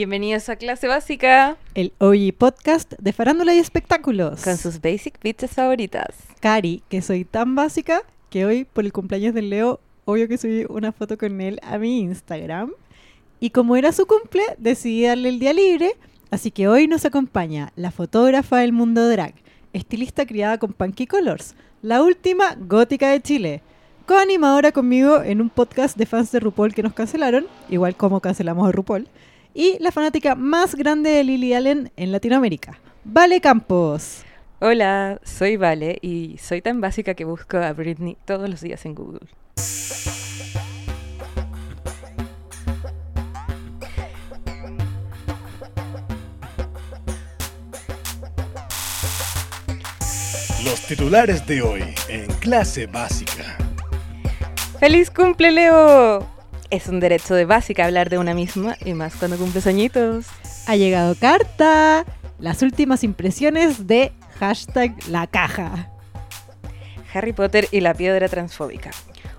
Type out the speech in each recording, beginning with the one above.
Bienvenidos a Clase Básica El OG Podcast de Farándula y Espectáculos. con sus basic bitches favoritas. Cari, que soy tan básica que hoy, por el cumpleaños del Leo, obvio que subí una foto con él a mi Instagram. Y como era su cumple, decidí darle el día libre. Así que hoy nos acompaña la fotógrafa del mundo drag, estilista criada con Punky Colors, la última gótica de Chile, coanimadora conmigo en un podcast de fans de RuPaul que nos cancelaron, igual como cancelamos a RuPaul, y la fanática más grande de Lily Allen en Latinoamérica, Vale Campos. Hola, soy Vale y soy tan básica que busco a Britney todos los días en Google. Los titulares de hoy en clase básica. ¡Feliz cumple, Leo! Es un derecho de básica hablar de una misma y más cuando cumples añitos. Ha llegado carta. Las últimas impresiones de hashtag la caja. Harry Potter y la piedra transfóbica.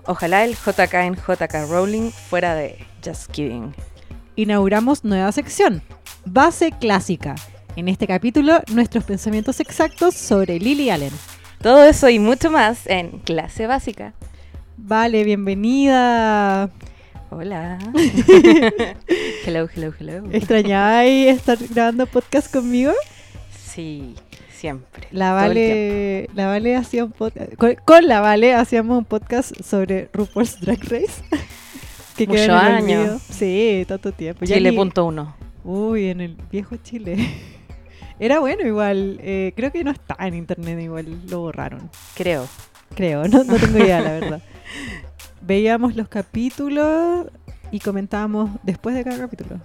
Ojalá el JK en JK Rowling fuera de Just Kidding. Inauguramos nueva sección, base clásica. En este capítulo, nuestros pensamientos exactos sobre Lily Allen. Todo eso y mucho más en Clase Básica. Vale, bienvenida. Hola. hello, hello, hello. Eh. ¿Extrañáis estar grabando podcast conmigo? Sí, siempre. La todo el tiempo. Vale, la vale hacía un podcast. Con, con la Vale hacíamos un podcast sobre RuPaul's Drag Race. que quedó en Mucho el año. olvido. Sí, tanto tiempo. Ya Chile ni- punto uno. Uy, en el viejo Chile. Era bueno igual. eh, creo que no está en internet igual. Lo borraron. Creo. Creo. No, no tengo idea, la verdad. Veíamos los capítulos y comentábamos después de cada capítulo.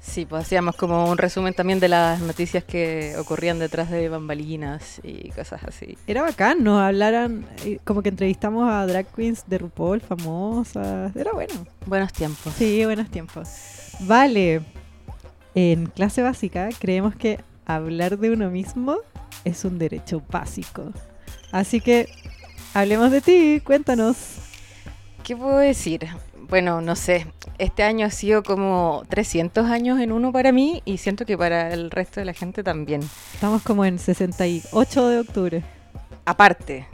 Sí, pues hacíamos como un resumen también de las noticias que ocurrían detrás de bambalinas y cosas así. Era bacán, nos hablaran, eh, como que entrevistamos a drag queens de RuPaul, famosas. Era bueno. Buenos tiempos. Sí, buenos tiempos. Vale, en clase básica creemos que hablar de uno mismo es un derecho básico. Así que hablemos de ti, cuéntanos. ¿Qué puedo decir? Bueno, no sé. Este año ha sido como 300 años en uno para mí y siento que para el resto de la gente también. Estamos como en 68 de octubre. aparte.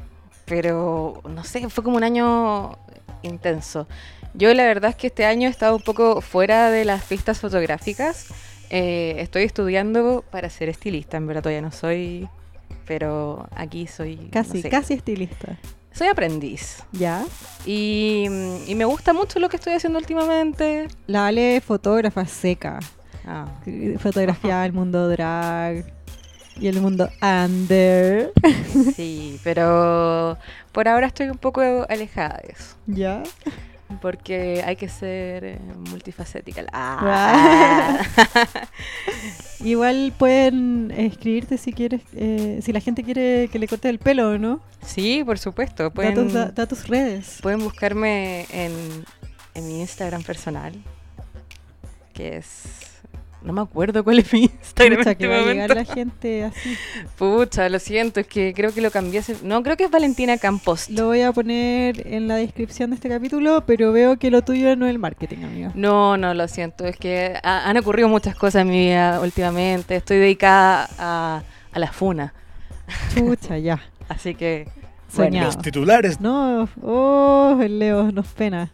Pero no sé, fue como un año intenso. Yo la verdad es que este año he estado un poco fuera de las pistas fotográficas. Eh, estoy estudiando para ser estilista, en verdad todavía no soy, pero aquí soy... no Casi, sé, casi estilista. Soy aprendiz. ¿Ya? Y, mm, y me gusta mucho lo que estoy haciendo últimamente. La Ale es fotógrafa seca. Ah, Fotografiaba el mundo drag y el mundo under. sí, pero por ahora estoy un poco alejada de eso. ¿Ya? Porque hay que ser eh, multifacética. Ah. Igual pueden escribirte si quieres, eh, si la gente quiere que le corte el pelo, ¿no? Sí, por supuesto. Da tus, Pueden, da- da tus redes. pueden buscarme en, en mi Instagram personal, que es... No me acuerdo cuál es mi Instagram en Pucha, este que va a llegar momento. la gente así. Pucha, lo siento, es que creo que lo cambié hace- No, creo que es Valentina Campos. Lo voy a poner en la descripción de este capítulo, pero veo que lo tuyo no es el marketing, amiga. No, no, lo siento, es que ha- han ocurrido muchas cosas en mi vida últimamente. Estoy dedicada a, a la funa, Chucha, ya. así que... Bueno. Soñado. Los titulares No, oh, el Leo, nos pena.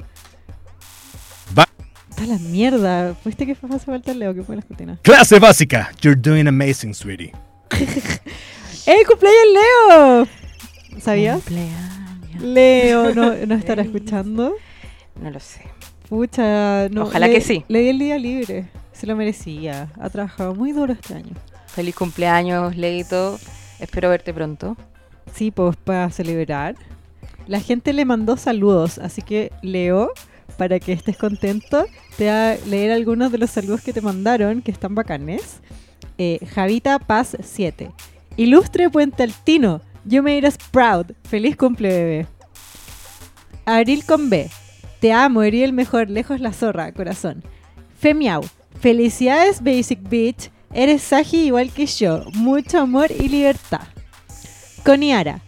Va- Está la mierda. ¿Fuiste que hace falta el Leo? Que fue la cortina. clase básica. You're doing amazing, sweetie. ¡Ey, cumpleaños Leo! ¿Sabías? Cumpleaños. Leo no, no estará escuchando. No lo sé. Pucha, no. Ojalá le- que sí. Le di el día libre. Se lo merecía. Ha trabajado muy duro este año. Feliz cumpleaños, Leito. Espero verte pronto. Sí, pues para celebrar. La gente le mandó saludos, así que Leo, para que estés contento, te voy a leer algunos de los saludos que te mandaron, que están bacanes. Eh, Javita Paz 7. Ilustre Puente Altino, you made us proud. Feliz cumple, bebé. Abril con B. Te amo, erí el mejor, lejos la zorra, corazón. Femiau. Felicidades, Basic Bitch. Eres Saji igual que yo. Mucho amor y libertad. Coniara.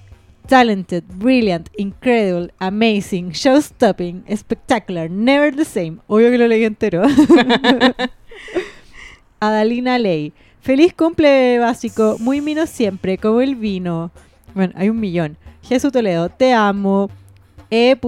Talented, brilliant, incredible, amazing, show-stopping, spectacular, never the same. Obvio que lo leí entero. Adalina Ley. Feliz cumple básico, muy mino siempre, como el vino. Bueno, hay un millón. Jesús Toledo, te amo. E.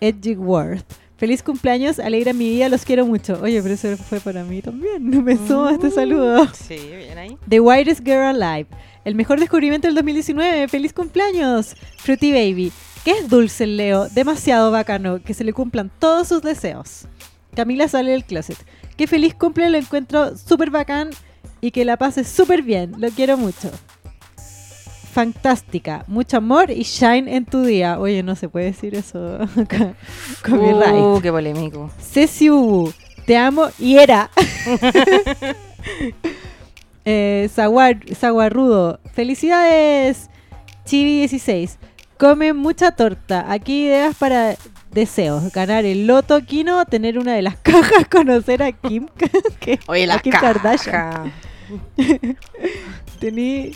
Edgingworth. Feliz cumpleaños, alegra mi día, los quiero mucho. Oye, pero eso fue para mí también. No me sumo a Mm. este saludo. Sí, bien ahí. The Whitest Girl Alive. El mejor descubrimiento del 2019. ¡Feliz cumpleaños! Fruity Baby. Que es dulce el Leo. Demasiado bacano. Que se le cumplan todos sus deseos. Camila sale del closet. Qué feliz cumple, lo encuentro súper bacán y que la pase súper bien. Lo quiero mucho. Fantástica. Mucho amor y shine en tu día. Oye, no se puede decir eso acá. Copyright. Uh, qué polémico. Ceci Ubu, te amo y era. eh, Zaguar- Zaguarrudo, felicidades. Chibi16, come mucha torta. Aquí ideas para deseos: ganar el Loto Kino, tener una de las cajas, conocer a Kim. que- Oye, a la Kim caja. Kardashian. Tení.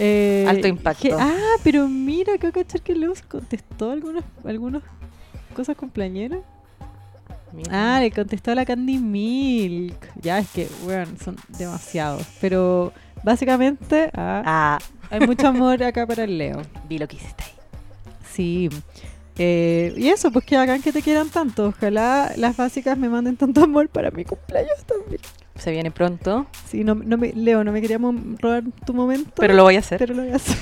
eh, Alto impacto. que- ah, pero mira, creo que cachar que Luz contestó algunas, algunas cosas compañeras. Mira. Ah, le contestó a la Candy Milk. Ya es que, weón, son demasiados. Pero básicamente ah, Ah, hay mucho amor acá para el Leo. vi lo que hiciste ahí. Sí. Eh, y eso, pues que hagan que te quieran tanto. Ojalá las básicas me manden tanto amor para mi cumpleaños también. Se viene pronto, Sí, no, no me, Leo, no me queríamos robar tu momento. pero lo voy a hacer. Pero lo voy a hacer.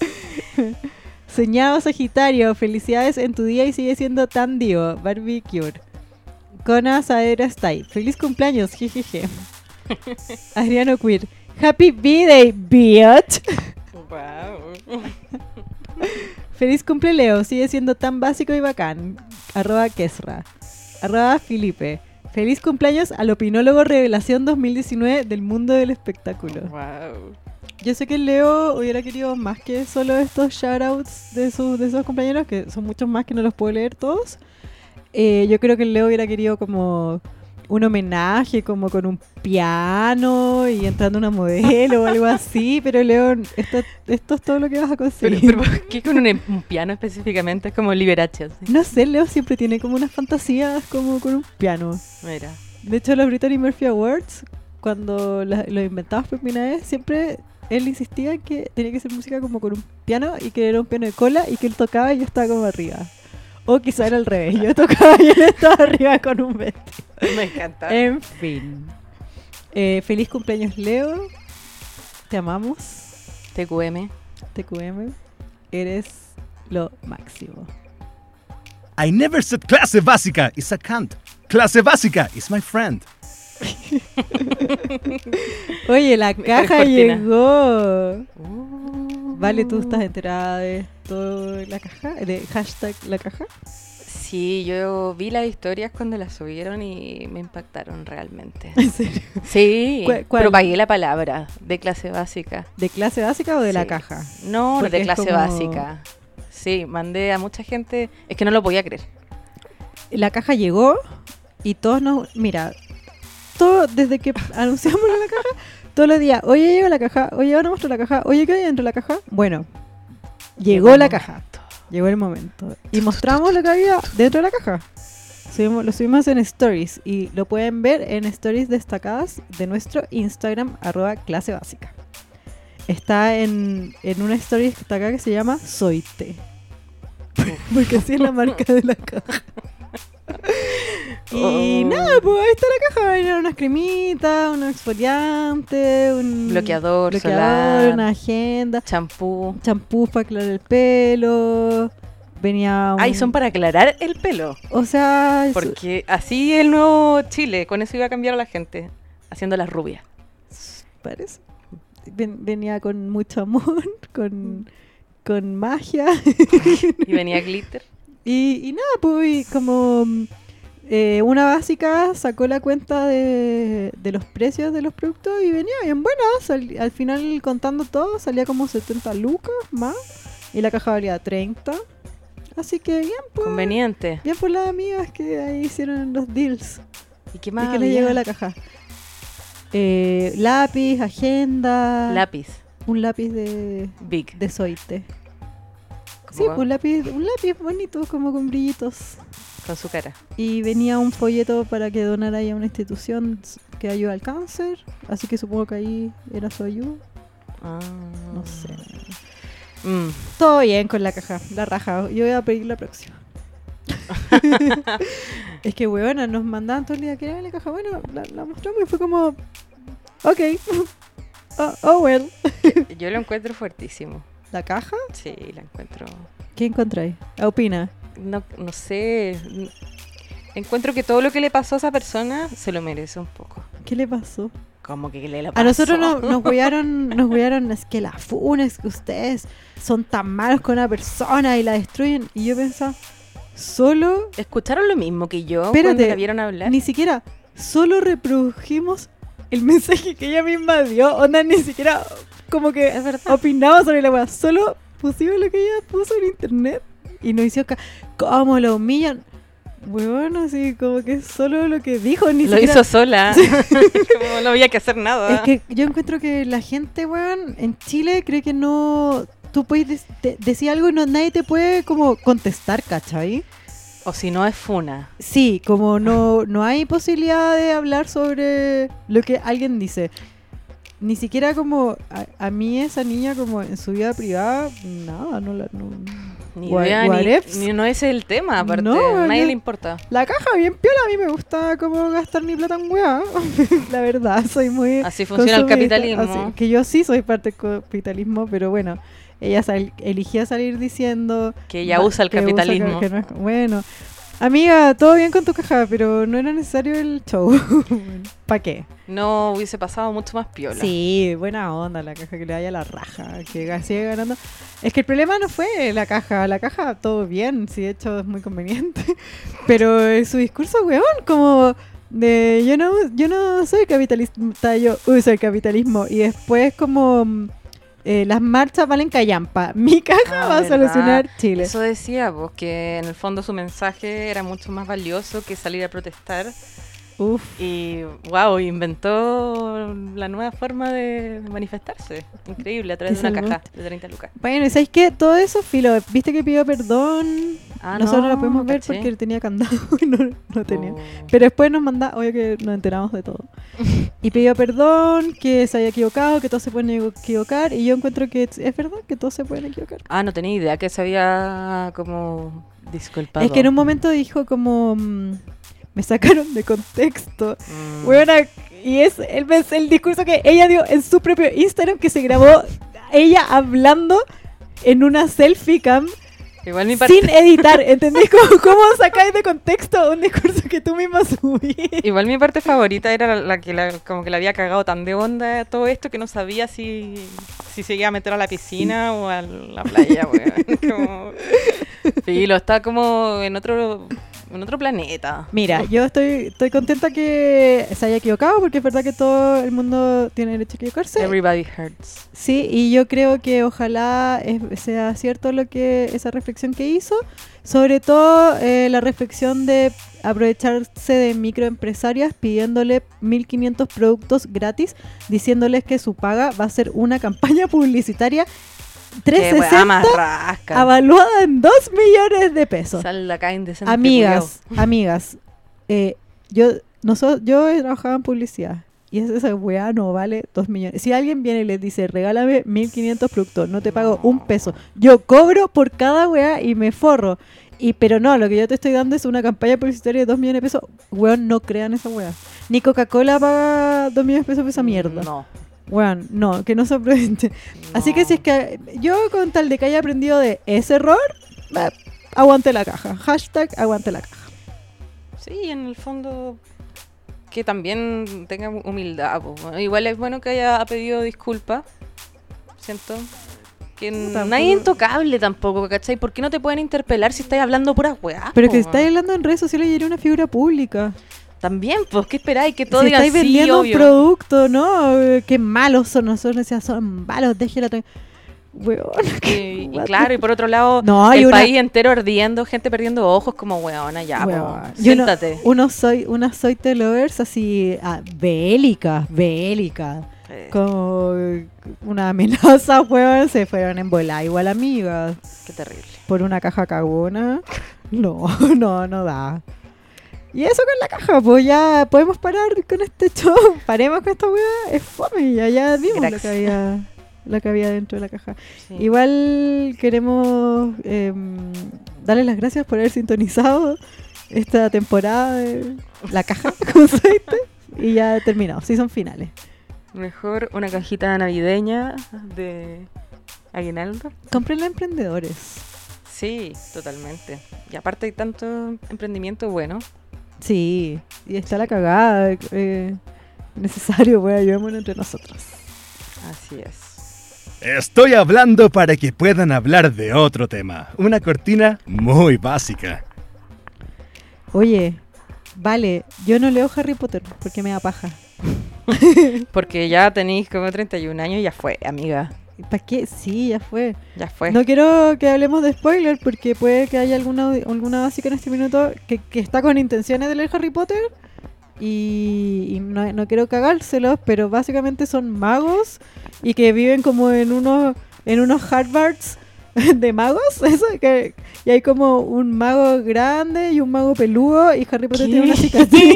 Soñado Sagitario, felicidades en tu día y sigue siendo tan divo. Barbecue. Con asadera Style. Feliz cumpleaños, jejeje. Adriano Queer. Happy B-Day, bitch. Feliz cumple Leo, sigue siendo tan básico y bacán. Arroba Kesra. Arroba Felipe. Feliz cumpleaños al opinólogo Revelación 2019 del mundo del espectáculo. Wow. Yo sé que Leo hubiera querido más que solo estos shoutouts de sus de sus compañeros, que son muchos más que no los puedo leer todos. Eh, yo creo que Leo hubiera querido como un homenaje, como con un piano y entrando una modelo o algo así, pero Leo, esto, esto es todo lo que vas a Pero, conseguir. pero ¿por ¿qué con un, em- un piano específicamente? Es como Liberace. así. No sé, Leo siempre tiene como unas fantasías como con un piano. Mira. De hecho, los Brittany Murphy Awards, cuando la- los inventamos por primera vez, siempre él insistía en que tenía que ser música como con un piano y que era un piano de cola y que él tocaba y yo estaba como arriba. O quizá era al revés, yo tocaba y él estaba arriba con un vestido. Me encanta. En fin. Eh, feliz cumpleaños, Leo. Te amamos. TQM. TQM. Eres lo máximo. I never said clase básica is a cunt. Clase básica is my friend. Oye, la Mejor caja cortina. llegó. Uh. Vale, tú estás enterada de todo la caja, de hashtag la caja. Sí, yo vi las historias cuando las subieron y me impactaron realmente. ¿En serio? Sí, ¿Cuál- cuál? propagué la palabra de clase básica. ¿De clase básica o de la Sí. caja? No, Porque de es clase como- básica. Sí, mandé a mucha gente. Es que no lo podía creer. La caja llegó y todos nos. Mira, todo desde que anunciamos la caja, todos los días, oye, llegó la caja, oye, ahora muestro la caja, oye, ¿qué hay dentro de la caja? Bueno, llegó, Llegó el la caja. Llegó el momento. Y mostramos lo que había dentro de la caja. Subimos- lo subimos en stories y lo pueden ver en stories destacadas de nuestro Instagram, arroba clase básica. Está en, en una story destacada que se llama Soite. Porque así es la marca de la caja. Y Oh. nada, pues ahí está la caja. Venían unas cremitas, un exfoliante, un Bloqueador, bloqueador, solar. una agenda, Champú. champús para aclarar el pelo. Venía un... Ay, son para aclarar el pelo. O sea, su- Porque así el nuevo Chile, con eso iba a cambiar a la gente, haciendo las rubias. parece. Ven- venía con mucho amor, con, con magia. Y venía glitter. Y, y nada, pues y como mm, eh, una básica sacó la cuenta de, de los precios de los productos y venía bien buena. sal- al final contando todo salía como 70 lucas más y la caja valía 30. Así que bien, pues. Conveniente. Bien por las amigas que ahí hicieron los deals. ¿Y qué más? y que le había? llegó a la caja. Eh, lápiz, agenda. Lápiz. un lápiz de, Big. de soite. Como Sí, pues, va- un lápiz, un lápiz bonito, como con brillitos. con su cara. Y venía un folleto para que donara a una institución s- que ayuda al cáncer, así que supongo que ahí era su ayuda. Ah. No sé. Mm. Todo bien con la caja, la raja. Yo voy a pedir la próxima. es que, weona, nos mandaban todo el día que era la caja. Bueno, la, la mostramos y fue como. Ok. oh, oh, well. Yo lo encuentro fuertísimo. ¿La caja? Sí, la encuentro. ¿Qué encontráis? Opina. No, no sé. n- Encuentro que todo lo que le pasó a esa persona se lo merece un poco. ¿Qué le pasó? Como que le lo A nosotros pasó? no- nos huearon, nos huearon, es que la funa, es que ustedes son tan malos con una persona y la destruyen. Y yo pensaba, solo, ¿Escucharon lo mismo que yo cuando Espérate, la vieron hablar? ni siquiera, solo reprodujimos el mensaje que ella misma dio. Onda, ni siquiera como que Es verdad. opinaba sobre la weá. Solo pusimos lo que ella puso en internet y nos hizo ca- ¿Cómo lo humillan? Weón, así como que solo lo que dijo, ni Lo siquiera. hizo sola. Como no había que hacer nada. Es que yo encuentro que la gente, weón, en Chile cree que no. Tú puedes des- de- decir algo y no, nadie te puede como contestar, ¿cachai? O si no es funa. Sí, como no, no hay posibilidad de hablar sobre lo que alguien dice. Ni siquiera como a, a mí esa niña como en su vida privada, nada, no la... no- Ni What- idea, what ni, ifs? ni- no es el tema, aparte. No, a nadie yo- le importa. La caja bien piola, a mí me gusta como gastar mi plata en weá. la verdad, soy muy... Así funciona el consumidista, capitalismo. así que yo sí soy parte del capitalismo, pero bueno, ella sal- eligió salir diciendo que ella usa el que usa que- capitalismo. que no es- bueno, amiga, todo bien con tu caja, pero no era necesario el show. ¿Para qué? No hubiese pasado mucho más piola. Sí, buena onda la caja que le vaya la raja, que ga- sigue ganando. Es que el problema no fue la caja, la caja todo bien, sí, de hecho es muy conveniente. Pero eh, su discurso, weón, como de yo no, yo no soy capitalista, yo uso el capitalismo. Y después como mm, eh, las marchas valen callampa, mi caja Ah, va a ¿verdad? solucionar Chile. Eso decía, vos, que en el fondo su mensaje era mucho más valioso que salir a protestar. Uf, Y wow, inventó la nueva forma de manifestarse. Increíble, a través Te de una salvó. caja de 30 lucas. Bueno, ¿y sabes qué? Todo eso, Filo, viste que pidió perdón. Ah, Nosotros no, la pudimos ver caché. porque tenía candado y no, no tenía. Oh. Pero después nos manda, oye que nos enteramos de todo. Y pidió perdón, que se haya equivocado, que todos se pueden equivocar. Y yo encuentro que es es verdad que todos se pueden equivocar. Ah, no tenía idea que se había como disculpado. Es que en un momento dijo como, mm, me sacaron de contexto. Mm. Weona, y es el, mes- el discurso que ella dio en su propio Instagram, que se grabó ella hablando en una selfie cam Igual mi parte. sin editar. ¿Entendés? ¿Cómo, cómo sacáis de contexto un discurso que tú misma subís? Igual mi parte favorita era la, la que la- como que la había cagado tan de onda todo esto que no sabía si, si se iba a meter a la piscina o a la playa, weón. Como... Filo, está como en otro, en otro planeta. Mira, yo estoy, estoy contenta que se haya equivocado porque es verdad que todo el mundo tiene derecho a equivocarse. Everybody hurts. Sí, y yo creo que ojalá es- sea cierto lo que esa reflexión que hizo, sobre todo eh, la reflexión de aprovecharse de microempresarias pidiéndole 1500 productos gratis, diciéndoles que su paga va a ser una campaña publicitaria Qué weá 360 más rasca. avaluada en 2 millones de pesos. Sal de acá indecente. Amigas, amigas, eh, yo, noso- yo he trabajado en publicidad y esa, esa weá no vale dos millones. Si alguien viene y les dice, regálame 1500 productos, no te pago un No. peso, yo cobro por cada weá y me forro. Y, pero no, lo que yo te estoy dando es una campaña publicitaria de 2 millones de pesos. Weón, no crean esa weá. Ni Coca-Cola paga 2 millones de pesos por esa mierda. Mm, No. Weón, no, que no se aproveche. Así que si es que yo con tal de que haya aprendido de ese error, eh, aguante la caja. Hashtag aguante la caja. Sí, en el fondo que también tenga humildad. po. Bueno, Igual es bueno que haya pedido disculpas. Siento que Puta, nadie es pero- intocable tampoco, ¿cachai? ¿Por qué no te pueden interpelar si estáis hablando puras weas? Pero po, que weón? estáis hablando en redes sociales y eres una figura pública. También, pues, ¿qué esperáis? Que todo si diga estáis sí, vendiendo obvio. un producto, ¿no? Eh, Qué malos son nosotros, decía, son malos, déjela. tran- Weón. Y, y What claro, y por otro lado, No, hay el una- país entero ardiendo, gente perdiendo ojos como weona, ya, po, Weón. Yo no- siéntate. Uno soy, unas soy te lovers así, ah, bélicas, bélicas. Eh, Como una amenaza, weón, se fueron en bola igual amigas. qué terrible. por una caja cagona. No, no, no da. Y eso con la caja, pues ya podemos parar con este show. Paremos con esta weá. Es fome, ya, ya vimos lo Grax. que, había, lo que había dentro de la caja. Sí. Igual queremos em, darles las gracias por haber sintonizado esta temporada de La Caja con suerte. Y ya terminado, sí son finales. Mejor una cajita navideña de aguinaldo. Comprenla emprendedores. Sí, totalmente. Y aparte hay tanto emprendimiento bueno. Sí, y está la cagada. eh, necesario, weá, ayudémonos entre nosotros. Así es. Estoy hablando para que puedan hablar de otro tema. Una cortina muy básica. Oye, vale, yo no leo Harry Potter porque me da paja. Porque ya tenéis como 31 años y ya fue, amiga. ¿Para qué? Sí, ya fue. Ya fue. No quiero que hablemos de spoiler porque puede que haya alguna, audi- alguna básica en este minuto que, que está con intenciones de leer Harry Potter y, y no, no quiero cagárselos, pero básicamente son magos y que viven como en unos, en unos Harvards de magos. Eso, que, y hay como un mago grande y un mago peludo y Harry Potter ¿Qué? tiene una cicatriz.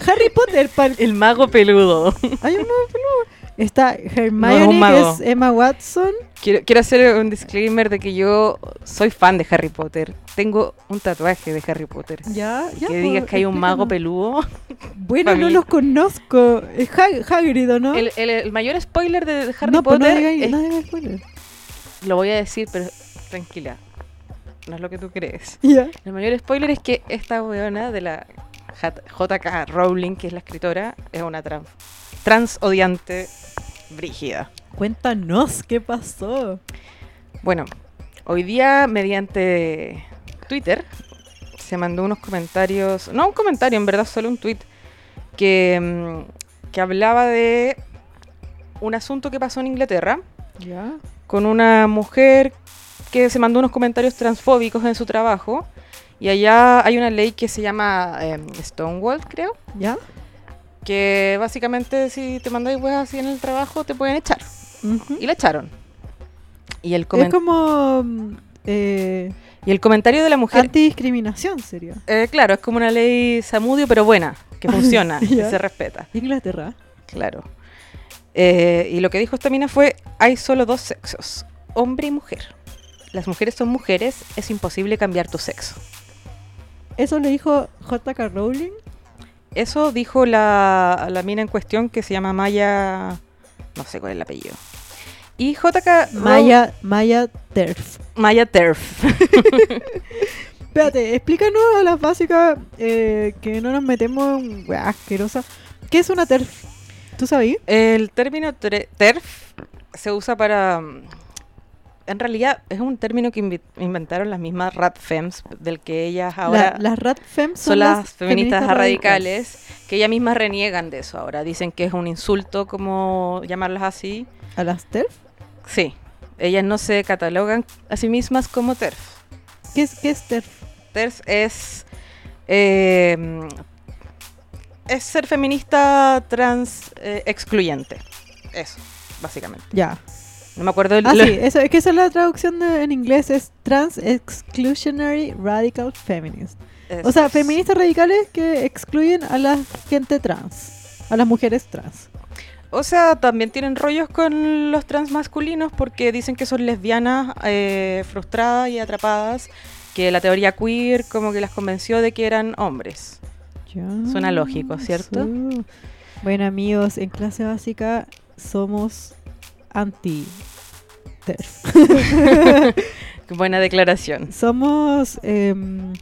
Harry Potter, pal- El mago peludo. hay un mago peludo. Está No es Hermione, un mago. que es Emma Watson. Quiero, quiero hacer un disclaimer de que yo soy fan de Harry Potter. Tengo un tatuaje de Harry Potter. Ya, que ya. po, digas que hay un mago explícanos. peludo. Bueno, no Familia. los conozco. Es Hag- Hagrid, ¿o ¿no? El, el- el mayor spoiler de de Harry no, pues no Potter digáis- es- no digáis spoiler. lo voy a decir, pero tranquila. No es lo que tú crees. Ya. El mayor spoiler es que esta weona de la J- JK Rowling, que es la escritora, es una trans, trans odiante brígida. Cuéntanos qué pasó. Bueno, hoy día mediante Twitter se mandó unos comentarios, no un comentario, en verdad solo un tweet, que, mm, que hablaba de un asunto que pasó en Inglaterra Ya. con una mujer que se mandó unos comentarios transfóbicos en su trabajo. Y allá hay una ley que se llama em, Stonewall, creo, Ya. que básicamente si te mandáis weas así en el trabajo te pueden echar. Ujú. Y la echaron. Y el, Es comen- como. mm, Eh, y el comentario de la mujer antidiscriminación sería. Eh, claro, es como una ley samudio, pero buena, que funciona, que Ya. se respeta. Inglaterra. Claro. Eh, y lo que dijo esta mina fue, hay solo dos sexos, hombre y mujer. Las mujeres son mujeres, es imposible cambiar tu sexo. Eso le dijo J.K. Rowling. Eso dijo la, la mina en cuestión que se llama Maya, no sé cuál es el apellido. Y JK Row- Maya, Maya Terf. Maya Terf. Espérate, explícanos a las básicas eh, que no nos metemos en weá asquerosa. ¿Qué es una Terf? ¿Tú sabías? El término tre- TERF se usa para... mm, En realidad es un término que invi- inventaron las mismas rat fems, del que ellas ahora La- las Rat Fem son, son, las, feministas, radicales. radicales, que ellas mismas reniegan de eso ahora. Dicen que es un insulto como llamarlas así. ¿A las TERF? Sí, ellas no se catalogan a sí mismas como TERF. ¿Qué es, qué es TERF? TERF es... eh, es ser feminista trans eh, excluyente. Eso, básicamente. Ya. No me acuerdo el... Ah, lo- sí, eso, es que esa es la traducción de- en inglés, es Trans Exclusionary Radical Feminist. O Eso sea, es. feministas radicales que excluyen a la gente trans, a las mujeres trans. O sea, también tienen rollos con los transmasculinos porque dicen que son lesbianas eh, frustradas y atrapadas, que la teoría queer como que las convenció de que eran hombres. Ya, Suena lógico, ¿cierto? sí. Bueno, amigos, en clase básica somos anti TERF. Qué Buena declaración. Somos em,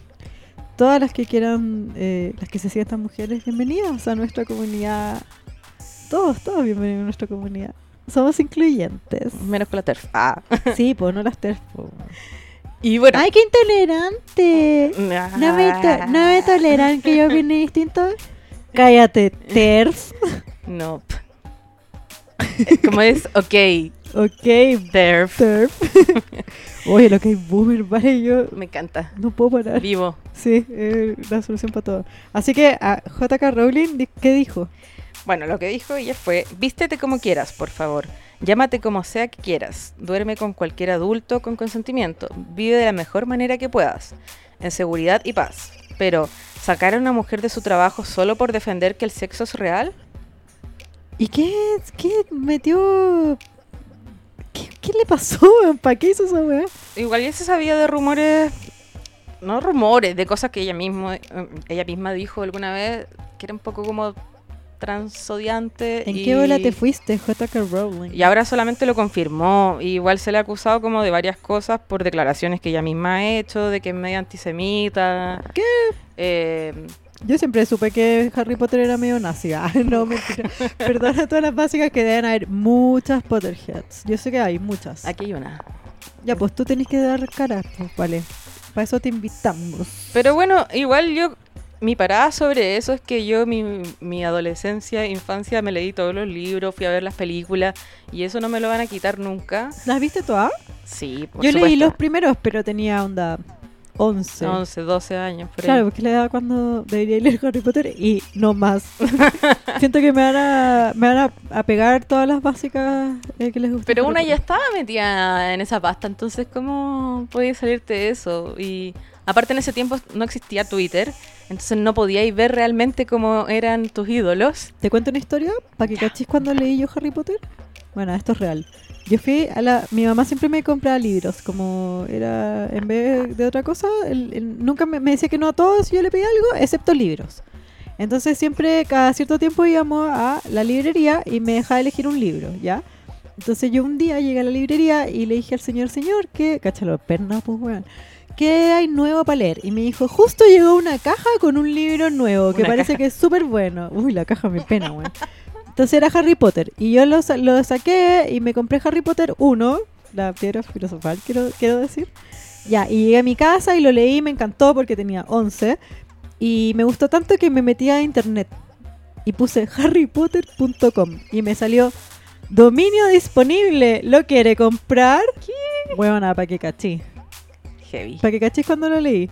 todas las que quieran, eh, las que se sientan mujeres, bienvenidas a nuestra comunidad. Todos, todos bienvenidos a nuestra comunidad. Somos incluyentes. Menos con la TERF. Ah. Sí, pues no las TERF. po. Y bueno. ¡Ay, qué intolerante! No me, to- no me toleran que yo opine distinto. Cállate, TERF. No. Eh, Como es, ok, Ok, TERF. TERF. Oye, lo que hay boomer, vale, yo Me encanta. no puedo parar. Vivo. Sí, eh, la solución para todo. Así que, a JK Rowling, di- ¿qué dijo? Bueno, lo que dijo ella fue, vístete como quieras, por favor. Llámate como sea que quieras. Duerme con cualquier adulto con consentimiento. Vive de la mejor manera que puedas. en seguridad y paz. Pero, ¿sacar a una mujer de su trabajo solo por defender que el sexo es real? ¿Y qué, qué metió? ¿Qué, qué le pasó? ¿Para qué hizo esa weá? Igual ya se sabía de rumores, no rumores, de cosas que ella misma, ella misma dijo alguna vez, que era un poco como transodiante. ¿En y- qué bola te fuiste, J.K. Rowling? Y ahora solamente lo confirmó. Y igual se le ha acusado como de varias cosas por declaraciones que ella misma ha hecho, de que es medio antisemita. Eh, ¿Qué? Yo siempre supe que Harry Potter era medio nazi. Ah, no, mentira. Perdona todas las básicas que deben haber muchas Potterheads. Yo sé que hay muchas. aquí hay una. Ya, pues tú tenés que dar cara. Pues vale. Para eso te invitamos. Pero bueno, igual yo. Mi parada sobre eso es que yo, mi, mi adolescencia, infancia, me leí todos los libros, fui a ver las películas y eso no me lo van a quitar nunca. ¿Las viste todas? Sí, por Yo leí los supuesto. primeros, pero tenía onda 11. 11, 12 años. Por ahí. Claro, porque le da cuando debería leer Harry Potter y no más. Siento que me van a, me van a, a pegar todas las básicas eh, que les gustan. Pero Harry una ya Potter. estaba metida en esa pasta, entonces ¿cómo podía salirte de eso? Y aparte en ese tiempo no existía Twitter, entonces no podíais ver realmente cómo eran tus ídolos. ¿Te cuento una historia? ¿Para que cachis cuando leí yo Harry Potter? Bueno, esto es real. Yo fui a la... Mi mamá siempre me compraba libros, como era... En vez de otra cosa, el- el- nunca me, me decía que no a todos, yo le pedía algo, excepto libros. Entonces siempre, cada cierto tiempo íbamos a la librería y me dejaba elegir un libro, ¿ya? Entonces yo un día llegué a la librería y le dije al señor, señor, que... Cáchalo, perna, pues, weón. ¿Qué hay nuevo para leer? Y me dijo, justo llegó una caja con un libro nuevo, que Una parece que es súper bueno. Uy, la caja me pena, weón. Entonces era Harry Potter. Y yo lo, sa- lo saqué y me compré Harry Potter 1, la piedra filosofal, quiero, quiero decir. Ya, y llegué a mi casa y lo leí, me encantó porque tenía 11. Y me gustó tanto que me metí a internet y puse harrypotter.com y me salió dominio disponible, ¿lo quiere comprar? ¿Qué? Huevona, para que cachí. Heavy. Para que cachis cuando lo leí.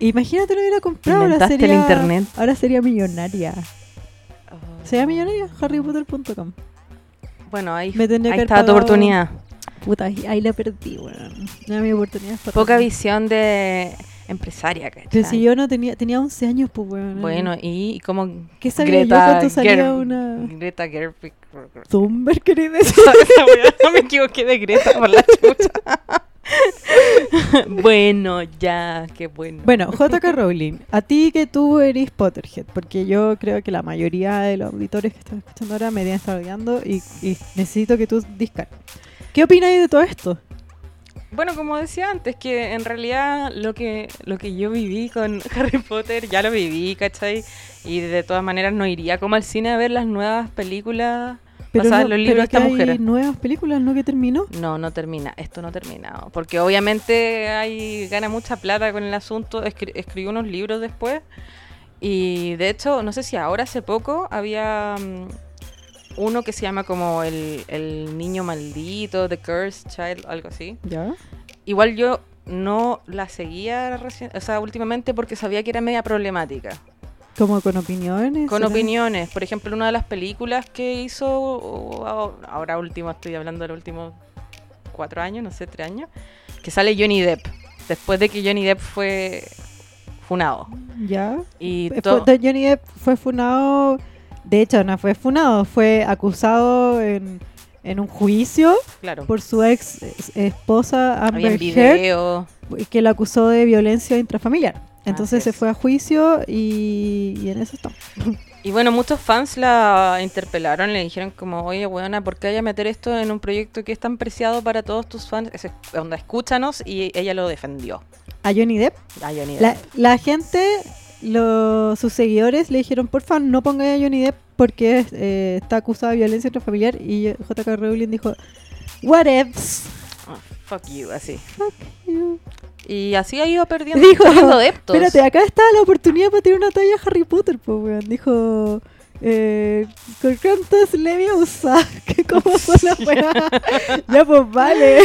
Imagínate lo hubiera comprado. Ahora Inventaste el sería, internet. ahora sería millonaria. ¿Sería millonaria? Harrypotter.com. Oh, Bueno, ahí, Me tendría ahí que haber está tu pagado- oportunidad. Puta, ahí ahí la perdí, weón. No era mi oportunidad. para Poca nada. visión de empresaria, ¿cachai? Pero si yo no tenía, tenía 11 años, pues, weón. Bueno, y como ¿Qué sabía yo Greta cuando salía Ger- una Greta Gerwig. Thunberg, querés decir? Esa weá, No me equivoqué de Greta por la chucha. bueno, ya, qué bueno. Bueno, JK Rowling, a ti que tú eres Potterhead, porque yo creo que la mayoría de los auditores que están escuchando ahora me deben estar odiando y, y necesito que tú discas. ¿Qué opináis de todo esto? Bueno, como decía antes, que en realidad lo que, lo que yo viví con Harry Potter ya lo viví, ¿cachai? Y de todas maneras no iría como al cine a ver las nuevas películas basadas en los libros de que estas mujeres. hay nuevas películas, ¿no? Que terminó. No, no termina, esto no termina. Porque obviamente hay, gana mucha plata con el asunto, escri- escribió unos libros después. Y de hecho, no sé si ahora hace poco había mm, uno que se llama como el, el niño maldito, The Cursed Child, algo así. ¿Ya? Igual yo no la seguía reci- o sea, últimamente porque sabía que era media problemática. Como con opiniones. Con ¿era? opiniones. Por ejemplo, una de las películas que hizo, o- o- ahora último, estoy hablando de los últimos cuatro años, no sé, tres años, que sale Johnny Depp. Después de que Johnny Depp fue funado. ¿Ya? Y Fue- todo. Johnny Depp fue funado. De hecho, no fue funado, fue acusado en, en un juicio Claro. por su ex es- esposa Había Amber Heard. videos. que lo acusó de violencia intrafamiliar. Entonces Así se es. fue a juicio y, y en eso está. Y bueno, muchos fans la interpelaron, le dijeron como, oye, weona, ¿por qué hay a meter esto en un proyecto que es tan preciado para todos tus fans? Es- onda, escúchanos, y ella lo defendió. A Johnny Depp, A Johnny Depp. la, la gente, lo- sus seguidores le dijeron, por favor, no ponga a Johnny Depp porque eh, está acusado de violencia intrafamiliar y J.K. Rowling dijo, what ifs? Oh, fuck you, así. You- Y así ha ido perdiendo, Dijo, perdiendo adeptos. Espérate, acá está la oportunidad para tirar una talla a Harry Potter, pues, weón. Dijo, eh, ¿con cuántos Leviosa? ¿Cómo son las weas? ya, pues, vale.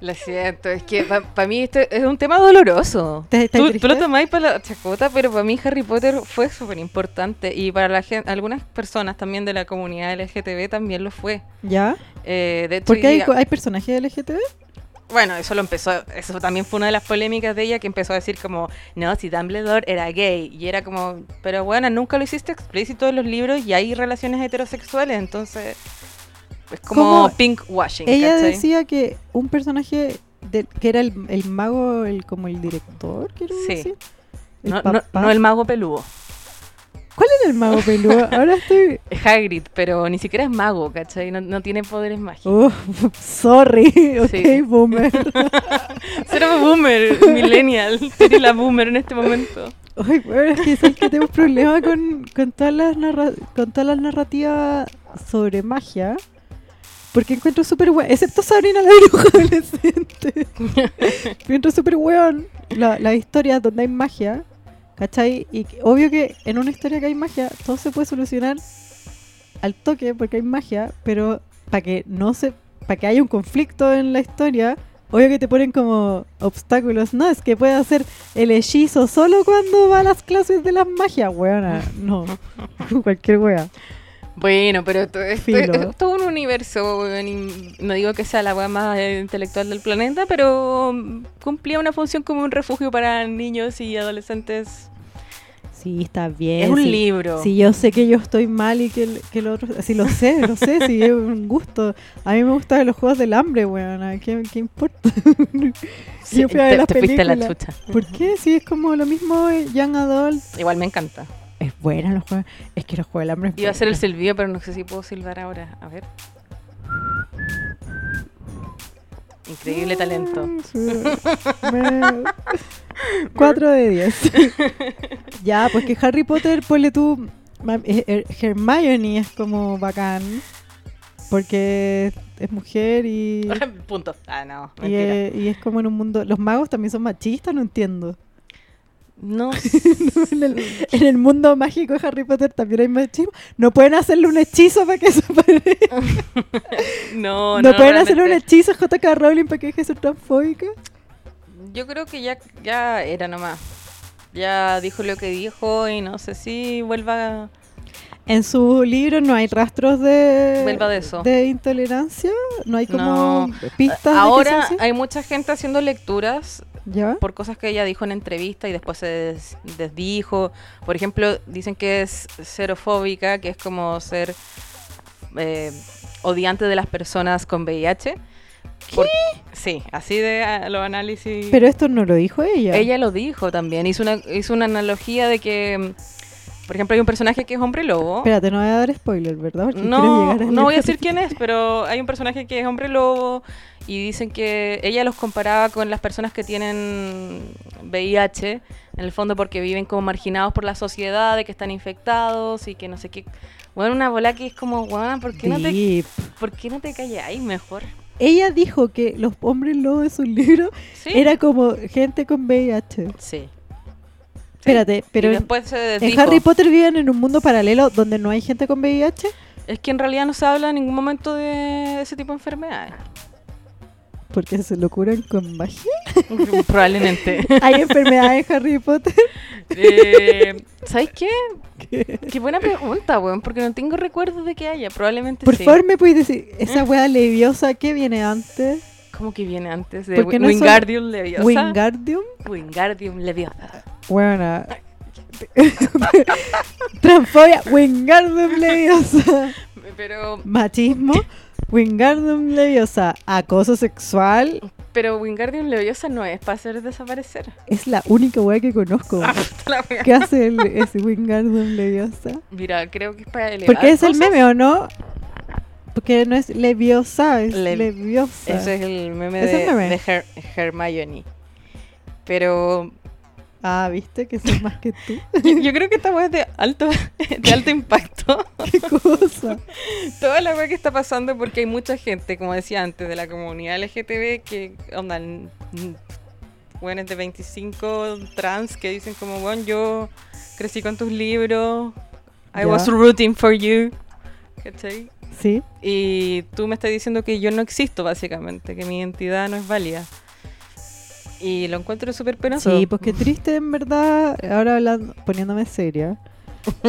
Lo siento, es que para mí este es un tema doloroso. ¿Te- te Tú, tú triste? lo tomáis para la chacota, pero para mí Harry Potter fue súper importante y para la gen- algunas personas también de la comunidad LGTB también lo fue. ¿Ya? Eh, de hecho, Porque hoy hay, día- co- hay personajes LGTB. Bueno, eso lo empezó, eso también fue una de las polémicas de ella que empezó a decir como, no, si Dumbledore era gay. Y era como, pero bueno, nunca lo hiciste explícito en los libros y hay relaciones heterosexuales, entonces es como ¿Cómo? pink washing. Ella ¿cachai? decía que un personaje de- que era el, el mago, el, como el director, quiero Sí. decir. El no, no- papá. no el mago peludo. ¿Cuál era el mago peludo? Ahora estoy. Es Hagrid, pero ni siquiera es mago, ¿cachai? No, no tiene poderes mágicos. Oh, sorry, ok, Sí. boomer. Cero boomer, millennial. Tiene la boomer en este momento. Ay, bueno, es que sabes que tengo un problema con, con, todas las narra- con todas las narrativas sobre magia. Porque encuentro súper weón, excepto Sabrina la bruja adolescente. encuentro súper weón la- las historias donde hay magia, ¿cachai? Y que- obvio que en una historia que hay magia, todo se puede solucionar al toque porque hay magia, pero para que no se. para que haya un conflicto en la historia, obvio que te ponen como obstáculos. No, es que puede hacer el hechizo solo cuando va a las clases de las magias, weona. No, cualquier wea. Bueno, pero esto esto- Filo. es todo un universo. weón, y No digo que sea la weá más eh, intelectual del planeta, pero mm, cumplía una función como un refugio para niños y adolescentes. Sí, está bien. Es un sí. libro. Si yo sé que yo estoy mal y que el, que el otro... Si lo sé, lo sé, si es un gusto. A mí me gustan los juegos del hambre, weona. ¿Qué, qué importa? Sí, yo fui a ver te, las te fuiste a la películas. chucha. ¿Por qué? Si es como lo mismo eh, Young Adult. Mm. Igual me encanta. Es buena los juegos... Es que los juegos del hambre... es Iba a hacer el buena. silbido, pero no sé si puedo silbar ahora. A ver. Increíble talento. Mm, sí. Me- Cuatro de diez. ya, pues que Harry Potter, ponle tú. ma- eh, eh, Hermione es como bacán. Porque es mujer y. Punto. Ah, no, Y, mentira. eh, y es como en un mundo. Los magos también son machistas, no entiendo. No en, el, en el mundo mágico de Harry Potter también hay machismo. No pueden hacerle un hechizo para que se pare- No, No, Oh, no. pueden hacerle un realmente. hechizo a J.K. Rowling para que deje de ser transfóbica. Yo creo que ya, ya era nomás. Ya dijo lo que dijo y no sé si vuelva. En su libro no hay rastros de, Vuelva de eso. intolerancia, no hay como No. pistas. de que Ahora se hace? hay mucha gente haciendo lecturas ¿Ya? por cosas que ella dijo en entrevista y después se des- desdijo. Por ejemplo, dicen que es xerofóbica, que es como ser eh, odiante de las personas con VIH. Por- sí, así de ah, los análisis. Pero esto no lo dijo ella. Ella lo dijo también. Hizo una, hizo una analogía de que, mm, por ejemplo, hay un personaje que es hombre lobo. Espérate, no voy a dar spoiler, ¿verdad? Porque quiero No, llegar al- no voy a decir quién es, pero hay un personaje que es hombre lobo y dicen que ella los comparaba con las personas que tienen VIH, en el fondo porque viven como marginados por la sociedad, de que están infectados y que no sé qué. Bueno, una bola que es como, guau, ¿por qué no te, Deep. ¿por qué no te calláis mejor? Ella dijo que los hombres lobo de su libro Sí. era como gente con VIH. Sí. Espérate, pero y en, después se en desdijo. Harry Potter viven en un mundo paralelo donde no hay gente con VIH. Es que en realidad no se habla en ningún momento de ese tipo de enfermedades. Porque se lo curan con magia. Probablemente. Hay enfermedades en Harry Potter. Eh, ¿Sabes qué? Qué buena pregunta, weón, porque no tengo recuerdos de que haya. Probablemente Por sí. favor, me puedes decir, esa wea leviosa, ¿qué viene antes? ¿Cómo que viene antes de ¿Por qué Wi- no son- Wingardium Leviosa? Wingardium. Wingardium Leviosa. Bueno. Transfobia. Wingardium Leviosa. Pero, Machismo. Wingardium Leviosa. Acoso sexual. pero Wingardium Leviosa no es para hacer desaparecer. Es la única wea que conozco. La wea. ¿Qué hace el, ese Wingardium Leviosa? Mira, creo que es para elevar. Porque es el cosas. meme, ¿o no? Porque no es Leviosa, es Le- Leviosa. Ese es el meme Es el de, meme. de Her- Hermione. Pero Ah, ¿viste? Que soy más que tú. yo, yo creo que esta weá es de alto, de alto impacto. ¿Qué cosa? toda la weá que está pasando porque hay mucha gente, como decía antes, de la comunidad LGTB que onda n- n- weones de 25 trans que dicen como, weón, yo crecí con tus libros, I Ya. was rooting for you, ¿cachai? Sí. Y tú me estás diciendo que yo no existo, básicamente, que mi identidad no es válida. Y lo encuentro súper penoso. Sí, pues qué triste en verdad, ahora hablando, poniéndome seria.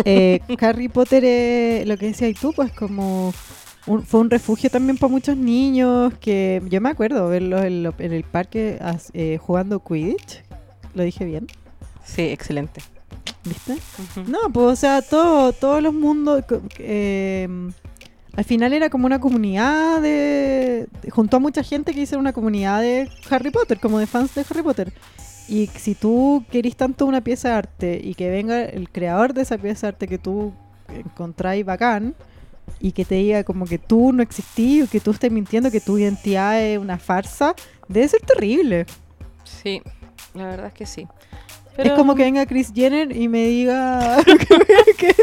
eh, Harry Potter es lo que decías tú, pues como un- fue un refugio también para muchos niños que yo me acuerdo verlos en, lo- en el parque as- eh, jugando Quidditch. Lo dije bien, Sí, excelente. ¿viste? Ujú. No, pues o sea, todo, todos los mundos. co- eh, al final era como una comunidad de, de- Juntó a mucha gente que hicieron una comunidad de Harry Potter, como de fans de Harry Potter. Y si tú querís tanto una pieza de arte y que venga el creador de esa pieza de arte que tú encontráis bacán y que te diga como que tú no existís o que tú estés mintiendo, que tu identidad es una farsa, debe ser terrible. Sí, la verdad es que sí. Es mm. como que venga Chris Jenner y me diga que,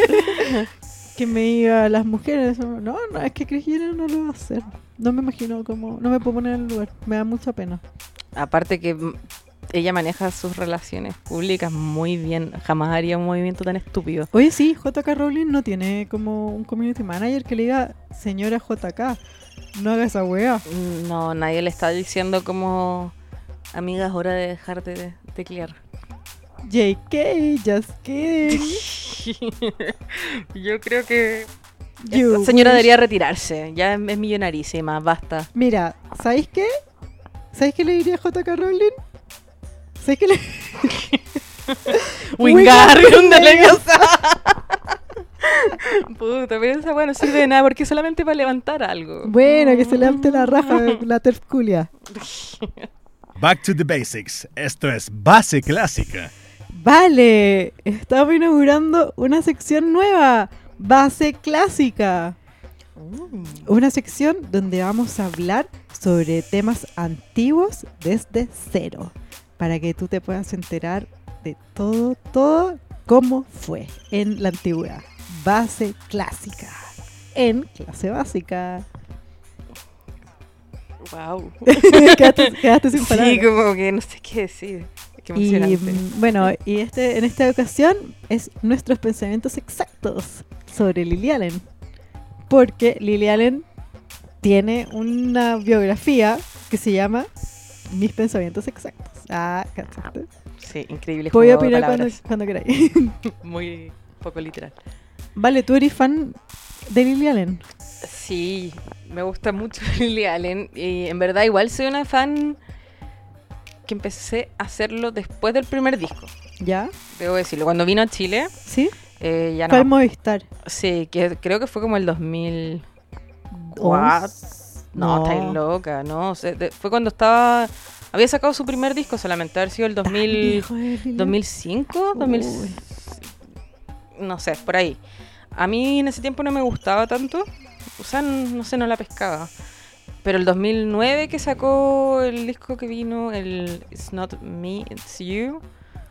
que me diga las mujeres. No, no, es que Chris Jenner no lo va a hacer. No me imagino cómo, no me puedo poner en el lugar. Me da mucha pena. Aparte que mm, ella maneja sus relaciones públicas muy bien. Jamás haría un movimiento tan estúpido. Oye, sí, JK Rowling no tiene como un community manager que le diga, señora JK, no haga esa wea. Mm, No, nadie le está diciendo como... Amiga, es hora de dejar de teclear. JK, just kidding. Yo creo que... You La señora wish- debería retirarse. Ya es es millonarísima, basta. Mira, ¿sabéis qué? ¿Sabéis qué le diría a JK Rowling? ¿Sabéis qué le Wingardium de Puta, pero esa weá no sirve de nada porque solamente para levantar algo. Mm. Bueno, que se levante la raja la terculia. Back to the basics. Esto es base clásica. Vale, estamos inaugurando una sección nueva, base clásica. Una sección donde vamos a hablar sobre temas antiguos desde cero, para que tú te puedas enterar de todo, todo cómo fue en la antigüedad. Base clásica, en clase básica. Wow. quedaste, quedaste sin palabras. Sí, como que no sé qué decir. Qué Y emocionante. mm, bueno, y este, en esta ocasión es nuestros pensamientos exactos sobre Lily Allen. Porque Lily Allen tiene una biografía que se llama Mis pensamientos exactos. Ah, ¿cachaste? Sí, increíble. Voy a juego de opinar cuando, palabras. cuando queráis. Muy poco literal. vale, tú eres fan de Lily Allen. Sí, me gusta mucho Lily Allen. Y en verdad, igual soy una fan que empecé a hacerlo después del primer disco. ¿Ya? Debo decirlo. Cuando vino a Chile, ¿Sí? eh, ya no. Fue al Movistar. Sí, que creo que fue como el 2000. What? No, estáis loca, no. o sea, de- fue cuando estaba. Había sacado su primer disco solamente, haber sido el 2000, 2005, 2000, Uy. no sé, por ahí. A mí en ese tiempo no me gustaba tanto, o sea, n- no sé, no la pescaba. Pero el 2009 que sacó el disco que vino, el It's Not Me, It's You,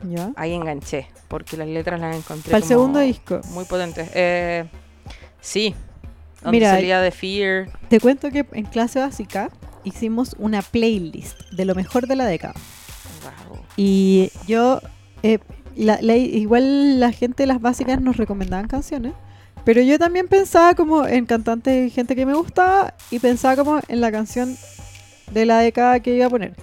¿Ya? ahí enganché, porque las letras las encontré. Para el como segundo disco. Muy potentes. Eh, sí, donde Mira, salía de Fear. Te cuento que en clase básica hicimos una playlist de lo mejor de la década. Wow. Y yo, eh, la- la- igual la gente de las básicas nos recomendaban canciones, pero yo también pensaba como en cantantes y gente que me gustaba y pensaba como en la canción de la década que iba a poner.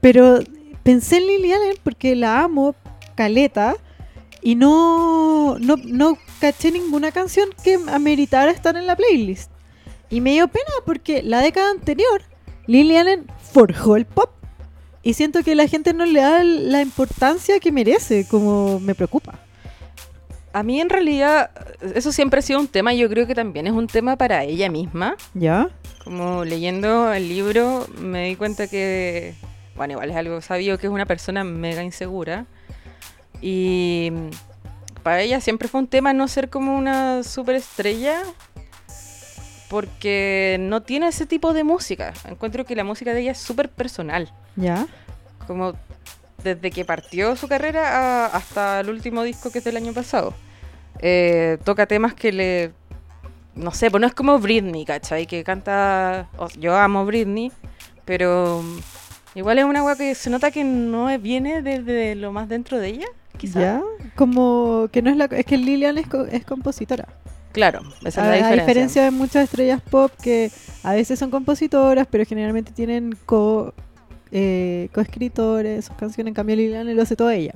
Pero pensé en Lily Allen porque la amo, caleta, y no, no, no caché ninguna canción que ameritara estar en la playlist. Y me dio pena porque la década anterior, Lily Allen forjó el pop. Y siento que la gente no le da la importancia que merece, como me preocupa. A mí en realidad eso siempre ha sido un tema, yo creo que también es un tema para ella misma. ¿Ya? Como leyendo el libro me di cuenta que, bueno, igual es algo sabio que es una persona mega insegura. Y mm, para ella siempre fue un tema no ser como una superestrella porque no tiene ese tipo de música. Encuentro que la música de ella es súper personal. ¿Ya? como desde que partió su carrera a- hasta el último disco que es del año pasado. Eh, toca temas que le... No sé, pues no es como Britney, ¿cachai? Que canta... o- yo amo Britney, pero mm, igual es una agua que se nota que no es- viene desde lo más dentro de ella, quizás. ¿Ya? Como que no es la... Es que Lilian es, co- es compositora. Claro, esa a, es la a diferencia. diferencia de muchas estrellas pop que a veces son compositoras, pero generalmente tienen co... eh, coescritores, sus canciones, en cambio Lilian lo hace toda ella.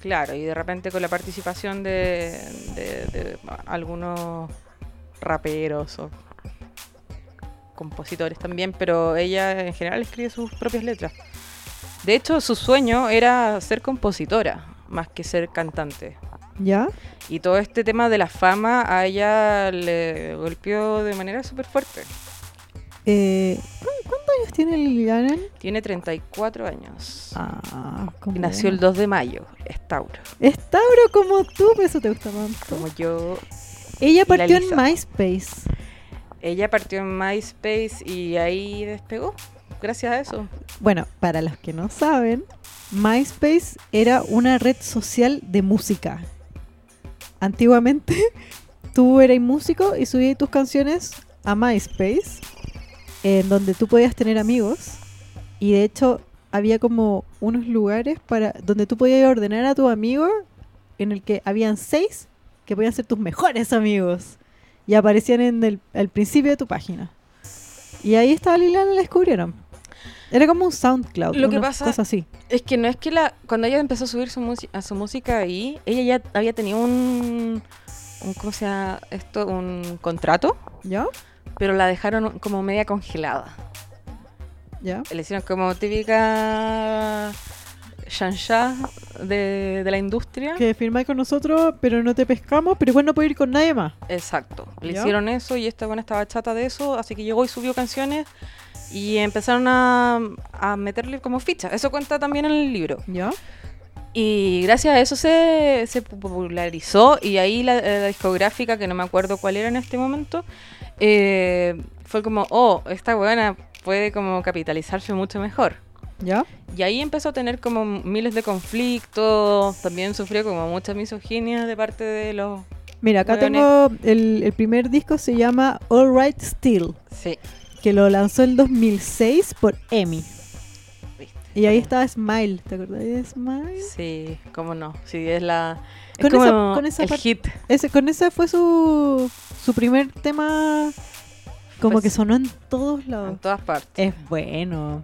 Claro, y de repente con la participación de, de- de algunos raperos o compositores también, pero ella en general escribe sus propias letras. De hecho, su sueño era ser compositora más que ser cantante. ¿Ya? Y todo este tema de la fama a ella le golpeó de manera súper fuerte. Eh, ¿cu- ¿Cuántos años tiene Lily Allen? Tiene 34 años. Ah, como... Y Nació el 2 de mayo, es Tauro, Es Tauro como tú, por eso te gusta tanto. como yo. Ella la partió en Lisa. MySpace. Ella partió en MySpace y ahí despegó, gracias a eso. Bueno, para los que no saben, MySpace era una red social de música. Antiguamente, tú eras músico y subías tus canciones a MySpace, en donde tú podías tener amigos. Y de hecho, había como unos lugares para donde tú podías ordenar a tu amigo, en el que habían seis que podían ser tus mejores amigos. Y aparecían en el, al principio de tu página. Y ahí estaba Liliana y la descubrieron. Era como un SoundCloud. Lo que una pasa- cosa así. Es que no es que la cuando ella empezó a subir su, musi- a su música ahí, ella ya había tenido un, un ¿cómo se llama esto? Un contrato, ¿Ya? pero la dejaron como media congelada. ¿Ya? Le hicieron como típica chancha de, de la industria. Que firmáis con nosotros, pero no te pescamos, pero igual no puedo ir con nadie más. Exacto. Le ¿Ya? hicieron eso y esta buena estaba chata de eso, así que llegó y subió canciones y empezaron a, a meterle como ficha. Eso cuenta también en el libro. ¿Ya? Y gracias a eso se, se popularizó y ahí la, eh, la discográfica, que no me acuerdo cuál era en este momento, eh, fue como, oh, esta buena puede como capitalizarse mucho mejor. ¿Ya? Y ahí empezó a tener como miles de conflictos, también sufrió como mucha misoginia de parte de los... Mira, acá Hueones. tengo el, el primer disco, se llama All Right Still, Sí, que lo lanzó el 2006 por EMI. viste. Y ahí estaba Smile, ¿te acordás de Smile? Sí, cómo no. Sí, es la. Es Con como esa- con esa el parte- hit. Ese, con ese fue su, su primer tema, como Pues- que sonó en todos En lados. todas partes. Es bueno,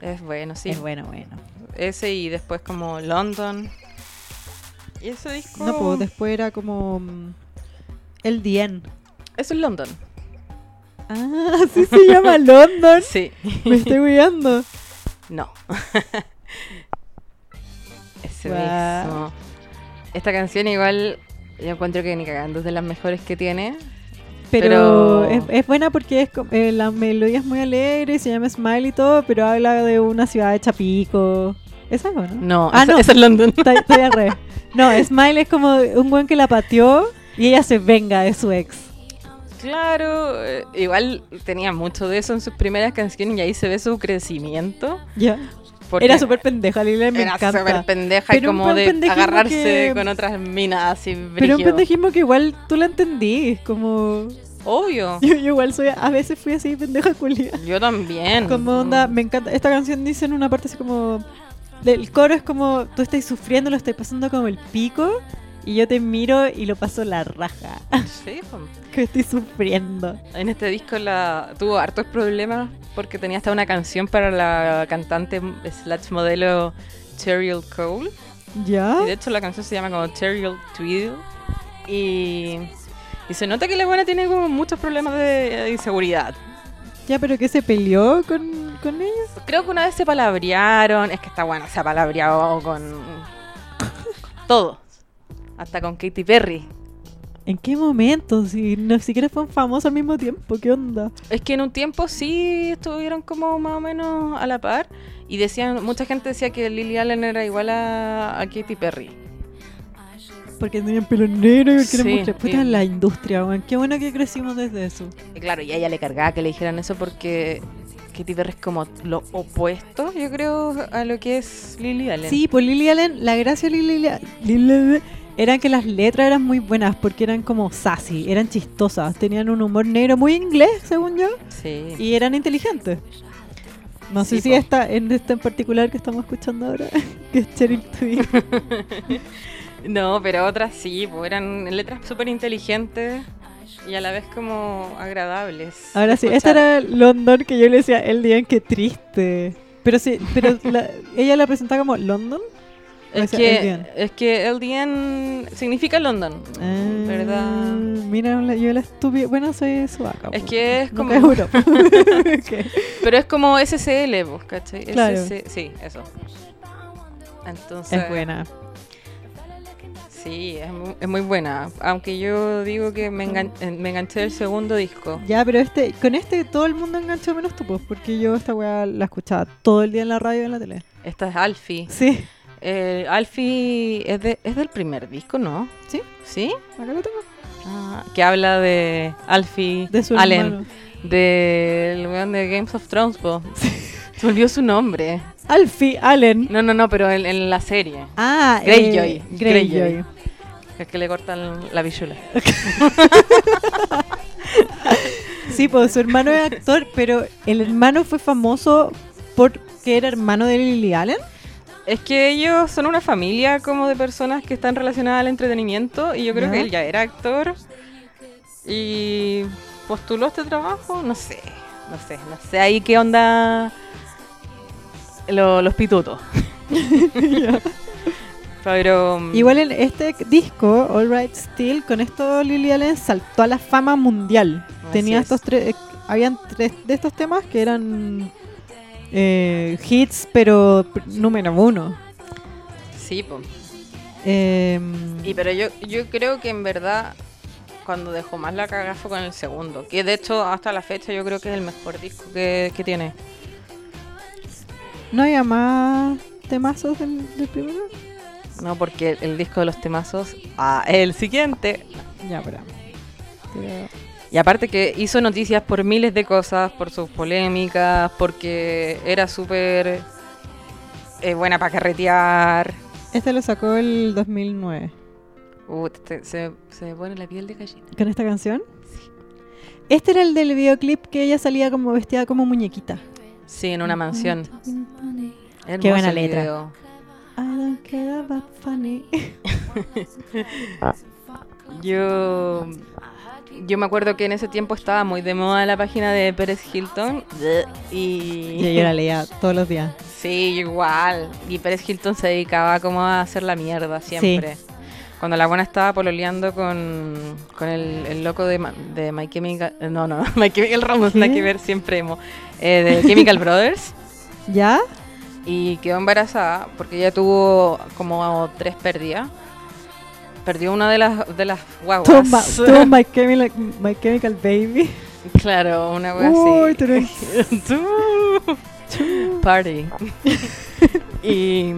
Es bueno, sí. es bueno, bueno. Ese y después como London. Y ese disco. No, pues después era como mm, El Dien. Eso es London. Ah, así se llama London. Sí. Me estoy guiando. No. ese Guau. mismo. Esta canción, igual, yo encuentro que ni cagando es de las mejores que tiene. Pero, Pero- Es, es buena porque es, co- eh, la melodía es muy alegre, se llama Smile y todo, pero habla de una ciudad de Chapico. ¿Es algo, no? No, Ah, esa, no. esa es London. Está- Estoy al revés. No, Smile es como un buen que la pateó y ella se venga de su ex. Claro, eh, igual tenía mucho de eso en sus primeras canciones y ahí se ve su crecimiento. Ya. porque- Era súper pendeja, Lila, me era encanta. súper pendeja y Pero un como de pendejismo agarrarse que- con otras minas así pero un brígido. pendejismo que igual tú la entendí. Como. Obvio. Yo, yo igual soy. A veces fui así, pendeja culia. Yo también. Como onda, me encanta. Esta canción dice en una parte así como. El coro es como. Tú estás sufriendo, lo estás pasando como el pico. Y yo te miro y lo paso la raja. Sí, po. Que estoy sufriendo. en este disco la tuvo hartos problemas porque tenía hasta una canción para la cantante slash modelo Cheryl Cole. ¿Ya? Y de hecho la canción se llama como Cheryl Tweedle. Y, y se nota que la buena tiene como muchos problemas de de inseguridad. Ya, pero que se peleó con, con ella. Creo que una vez se palabrearon. Es que está bueno, se ha palabreado con todo. Hasta con Katy Perry. ¿En qué momento? Si no siquiera fueron famosos al mismo tiempo, ¿qué onda? Es que en un tiempo sí estuvieron como más o menos a la par. Y decían, mucha gente decía que Lily Allen era igual a, a Katy Perry. Porque tenían pelo negro y porque eran Sí, muchas- Puta, sí. la industria, weón. Qué bueno que crecimos desde eso. Y claro, y a ella le cargaba que le dijeran eso porque Katy Perry es como lo opuesto, yo creo, a lo que es Lily Allen. Sí, por Lily Allen, la gracia de Lily Allen- Lily Allen eran que las letras eran muy buenas porque eran como sassy, eran chistosas, tenían un humor negro muy inglés, según yo, Sí. y eran inteligentes. No sé Sí, si po. esta, en esta en particular que estamos escuchando ahora, que es Cheryl Tweed. No, pero otras sí, pues eran letras súper inteligentes y a la vez como agradables. Ahora de sí, esta escuchar. era London que yo le decía el día en que triste. Pero sí, pero la- ella la presentaba como London Es O sea, que, LDN. es que LDN significa London. Ah, ¿Verdad? Mira, la- yo la estúpida. Bueno, soy suaca. Es po. que es Nunca como- Es Europa. Ok. Pero es como SCL, vos, pues, ¿cachai? Claro. SC sí, eso. Entonces, Es buena. sí, es mu- es muy buena. Aunque yo digo que me, engan- eh, me enganché del segundo disco. Ya, pero este, con este todo el mundo enganchó menos tú, pues, porque yo esta weá la escuchaba todo el día en la radio y en la tele. Esta es Alfie. Sí, Eh, Alfie es, de- es del primer disco, ¿no? Sí. ¿Sí? acá lo tengo. Ah, que habla de Alfie De su Allen, hermano. del weón de Games of Thrones, po. Se olvidó su nombre. Alfie Allen. No, no, no, pero en, en la serie. Ah, Greyjoy, eh, Greyjoy. Greyjoy. Es que le cortan la bichula. Sí, pues su hermano es actor, pero el hermano fue famoso porque era hermano de Lily Allen. Es que ellos son una familia como de personas que están relacionadas al entretenimiento y yo creo Ya. que él ya era actor y postuló este trabajo, no sé, no sé, no sé ahí qué onda lo- los pitutos. Pero mm, Igual en este disco, All Right Still, con esto Lily Allen saltó a la fama mundial. Así Tenía es. estos tres, eh, habían tres de estos temas que eran eh, hits, pero pr- número uno. sí, po. Eh, Y pero yo yo creo que en verdad cuando dejó más la cagada fue con el segundo, que de hecho hasta la fecha yo creo que es el mejor disco que, que tiene. ¿No había más temazos del, del primero? No, porque el, el disco de los temazos, ah, es el siguiente. Ya, pero... pero- Y aparte que hizo noticias por miles de cosas, por sus polémicas, porque era súper eh, buena para carretear. Este lo sacó el 2009. Uh, te- se, se me pone la piel de gallina. ¿Con esta canción? Este era el del videoclip que ella salía como vestida como muñequita. Sí, en una mansión. Hermoso buena el letra. video. I don't care about funny. Yo, yo me acuerdo que en ese tiempo estaba muy de moda la página de Pérez Hilton. Y Y yo la leía todos los días. Sí, igual. Y Pérez Hilton se dedicaba como a hacer la mierda siempre. Cuando la buena estaba pololeando con, con el, el loco de, Ma- de My Chemical... eh, No, no, My Chemical Romance, ¿Qué? nada que ver, siempre emo. Eh, de Chemical Brothers. ¿Ya? Y quedó embarazada porque ella tuvo como tres pérdidas. Perdió una de las, de las guaguas. Toma, toma my, chemical, my Chemical Baby. Claro, una wea Uy, así. tú eres- Tú. Party. y,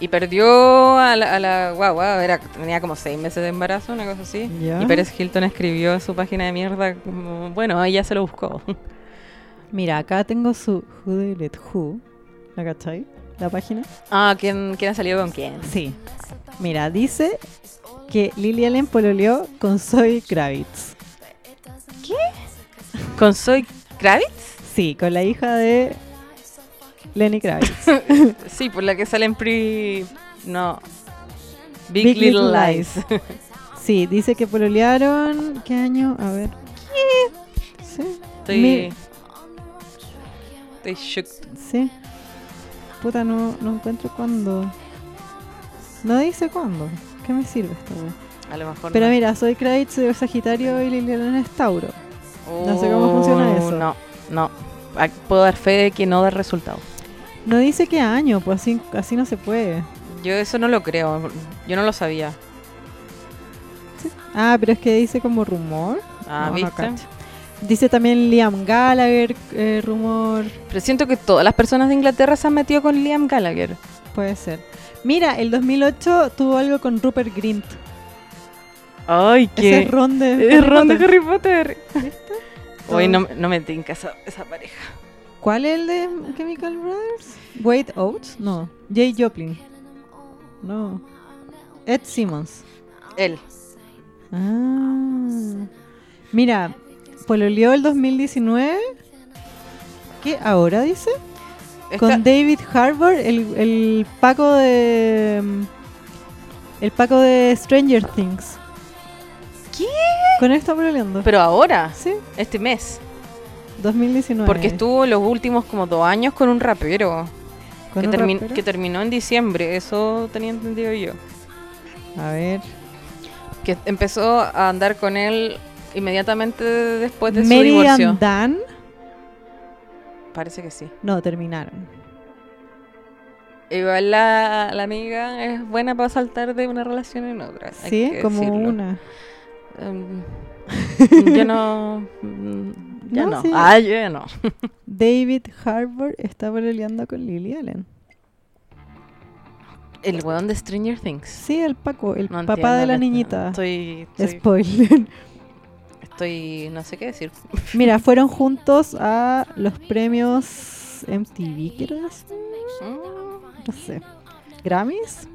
y perdió a la, a la guagua, era, tenía como seis meses de embarazo, una cosa así. Ya. Y Pérez Hilton escribió en su página de mierda, como, bueno, ella se lo buscó. Mira, acá tengo su Who Did It Who. ¿La cachai? ¿La página? Ah, ¿quién, quién ha salido con quién? Sí. Mira, dice que Lily Allen pololeó con Zoe Kravitz. ¿Con Soy Kravitz? Sí, con la hija de Lenny Kravitz. Sí, por la que sale en Pre... No. Big, Big Little, Little Lies. Sí, dice que pololearon. ¿Qué año? A ver. ¿Qué? Sí. Estoy... Mi- Estoy shook. Sí. Puta, no, no encuentro cuándo. No dice cuándo. ¿Qué me sirve esta wea? A lo mejor Pero no. mira, soy Kravitz de Sagitario y Liliana es Tauro. no sé cómo Oh, funciona eso. No, no. Ah, Puedo dar fe de que no da resultado. No dice qué año, pues así, así no se puede. Yo eso no lo creo, yo no lo sabía. Ah, pero es que dice como rumor. Ah, No, no ¿viste? cacho. Dice también Liam Gallagher, eh, rumor, Pero siento que todas las personas de Inglaterra se han metido con Liam Gallagher. puede ser. Mira, el 2008 tuvo algo con Rupert Grint. Ay, Ese es Ron de Es Harry Ron de Potter. Harry Potter. Hoy no, no me tinca esa, esa pareja. ¿Cuál es el de Chemical Brothers? Wade Oates, no. Jay Joplin. No. Ed Simmons. Él. Ah. Mira, pololeó el 2019. ¿Qué ahora dice? Esta- Con David Harbour, el, el Paco de. mm, El Paco de Stranger Things. ¿Qué? Con esto pololeando. Pero ahora, Sí, este mes. 2019. Porque estuvo los últimos como dos años con un rapero. ¿Con que, un termi- rapero? que terminó en diciembre, eso tenía entendido yo. A ver. Que empezó a andar con él inmediatamente después de su Mary divorcio. and Dan. Parece que sí. No, terminaron. Igual la, la amiga es buena para saltar de una relación en otra. hay Sí, que como decirlo. una. Em, yo no. mm, Ya No, no. sí. Ah, yo ya no. David Harbour está peleando con Lily Allen. El weón de Stranger Things. Sí, el Paco, el No papá de entiendo, la no- niñita. Estoy, estoy, Spoiler. estoy- No sé qué decir. Mira, fueron juntos a los premios MTV, quiero decir. Mm, No sé. Grammys.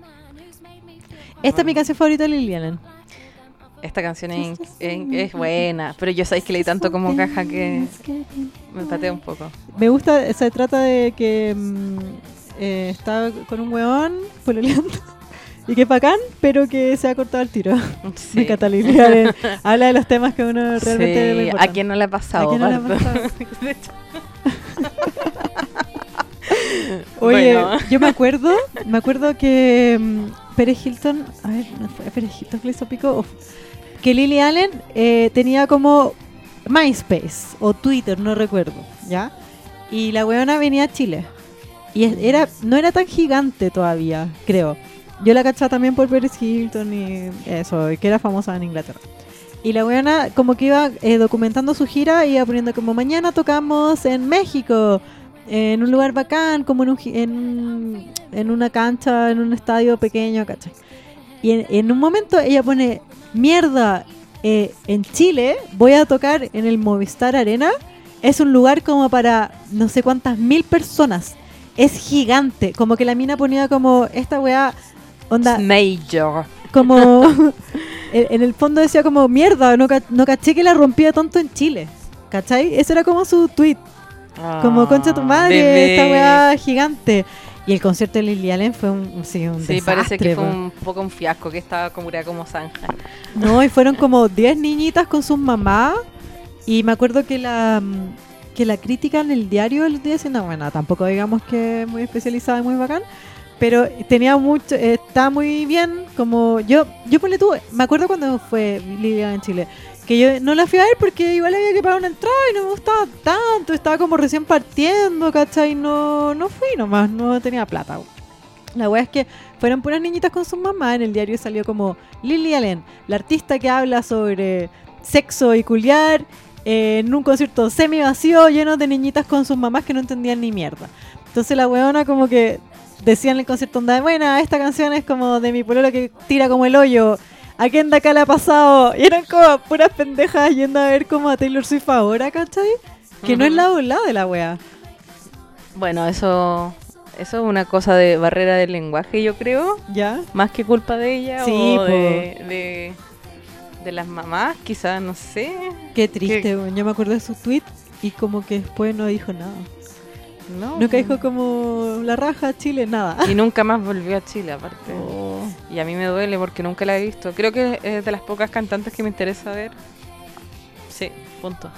Esta es mi canción favorita de Lily Allen. Esta canción es, es- es buena, pero yo sabéis que leí tanto como caja que me patea un poco. Me gusta, se trata de que mm, eh, está con un weón pololeando y que es bacán, pero que se ha cortado el tiro. Sí. Me encanta Lily Allen. Habla de los temas que uno realmente le Sí, importan. ¿A quién no le ha pasado? ¿A quién no le ha Bardo? pasado? De hecho, Oye, Bueno. yo me acuerdo, me acuerdo que mm, Pérez Hilton, a ver, no fue Pérez Hilton que le hizo pico, o- que Lily Allen eh, tenía como MySpace o Twitter, no recuerdo, ¿ya? Y la weona venía a Chile. Y es- era, no era tan gigante todavía, creo. Yo la cachaba también por Pérez Hilton y eso, y que era famosa en Inglaterra. Y la weona como que iba eh, documentando su gira, iba poniendo como mañana tocamos en México, en un lugar bacán, como en, un gi- en, un- en una cancha, en un estadio pequeño, ¿cachai? Y en, en un momento ella pone, mierda, eh, en Chile voy a tocar en el Movistar Arena, es un lugar como para no sé cuántas mil personas, es gigante, como que la mina ponía como esta weá, onda, es Major. como en, en el fondo decía como mierda, no, ca- no caché que la rompía tanto en Chile. ¿Cachai? Ese era como su tweet, como Ah, concha tu madre, bebé. esta weá gigante. Y el concierto de Lily Allen fue un, sí, un Sí, parece desastre, que fue po. un poco un fiasco, que estaba como era como zanja. No, y fueron como 10 niñitas con sus mamás. Y me acuerdo que la mm, que la crítica en el diario el día diciendo, bueno, tampoco digamos que muy especializada y muy bacán, pero tenía mucho, eh, está muy bien, como yo, yo ponle tú, me acuerdo cuando fue Lidia en Chile, que yo no la fui a ver porque igual había que pagar una entrada y no me gustaba tanto, estaba como recién partiendo, ¿cachai? No, no fui nomás, no tenía plata. La wea es que fueron puras niñitas con sus mamás. En el diario salió como Lily Allen, la artista que habla sobre sexo y culiar eh, en un concierto semi vacío lleno de niñitas con sus mamás que no entendían ni mierda. Entonces la weona como que decía en el concierto onda, buena, esta canción es como de mi pololo que tira como el hoyo. ¿A quién de acá la ha pasado? Y eran como puras pendejas yendo a ver como a Taylor Swift ahora, ¿cachai? Que no es la volada de la wea. Bueno, eso, eso es una cosa de barrera del lenguaje, yo creo. ¿Ya? Más que culpa de ella Sí, o po. de, de, de las mamás, quizás, no sé. Qué triste, weón. yo me acuerdo de su tweet y como que después no dijo nada. Oh, No, Nunca dijo como la raja Chile, nada. Y nunca más volvió a Chile, aparte. Y a mí me duele porque nunca la he visto. Creo que es de las pocas cantantes que me interesa ver. Sí, punto.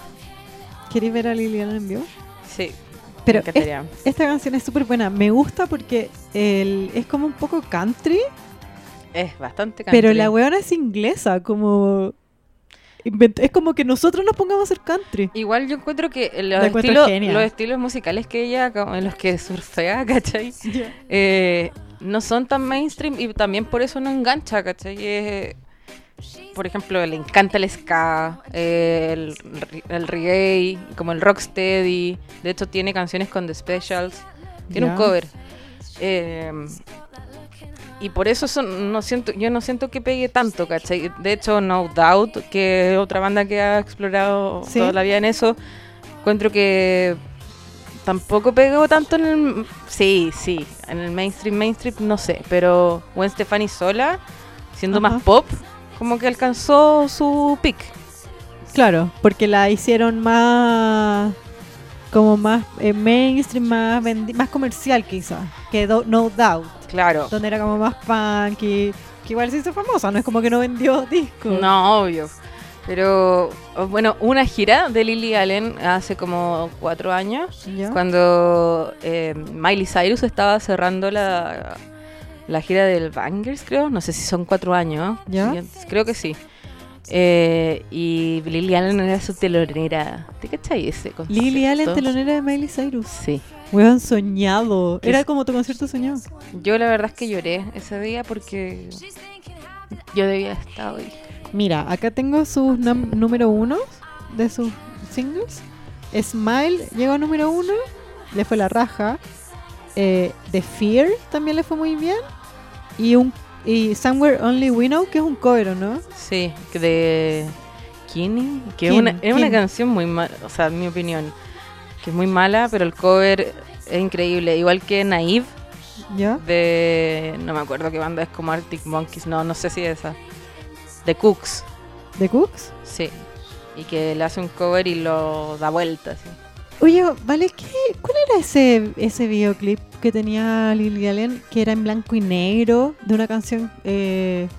¿Queréis ver a Liliana en vivo? Sí. Pero me encantaría. es- esta canción es súper buena. Me gusta porque el- es como un poco country, Es bastante country. pero la weona es inglesa, como... invent- es como que nosotros nos pongamos a hacer country. Igual yo encuentro que los, La encuentro estilos, genia. los estilos musicales que ella, como en los que surfea, ¿cachai? Eh, no son tan mainstream y también por eso no engancha, ¿cachai? Eh, por ejemplo, le encanta el ska, eh, el, ri- el reggae, como el rocksteady. De hecho, tiene canciones con The Specials. Tiene un Ya. cover. Eh, y por eso son, no siento, yo no siento que pegue tanto, ¿cachai? De hecho, No Doubt, que es otra banda que ha explorado Sí. toda la vida en eso, encuentro que tampoco pegó tanto en el... Sí, sí, en el mainstream, mainstream, no sé, pero Gwen Stefani sola, siendo Ajá. más pop, como que alcanzó su pick. Claro, porque la hicieron más como más eh, mainstream, más, vendi- más comercial quizás, que Do- No Doubt. Claro. donde era como más punk y que igual se hizo famosa, no es como que no vendió discos. No, obvio. Pero oh, bueno, una gira de Lily Allen hace como cuatro años, Ya. cuando eh, Miley Cyrus estaba cerrando la, la gira del Bangers, creo. No sé si son cuatro años. Ya. Sí, creo que sí. Eh, y Lily Allen era su telonera. ¿Te cachai ese concepto? Lily Allen, telonera de Miley Cyrus. Sí. Weón, soñado. ¿Qué Era es? como tu concierto soñado. Yo la verdad es que lloré ese día porque yo debía haber estado ahí. Mira, acá tengo sus nam- número uno de sus singles. Smile llegó a número uno, le fue la raja. Eh, The Fear también le fue muy bien. Y un y Somewhere Only We Know, que es un cover, ¿o ¿no? Sí, que de Kini, que es Kini, una, es una Kini. canción muy mala, o sea, en mi opinión, que es muy mala, pero el cover es increíble. Igual que Naive ¿Ya? de, no me acuerdo qué banda es, como Arctic Monkeys, no, no sé si es esa. De Cooks, The Cooks. sí. Y que le hace un cover y lo da vuelta, así. Oye, vale, ¿qué, ¿cuál era ese, ese videoclip que tenía Lily Allen que era en blanco y negro de una canción eh,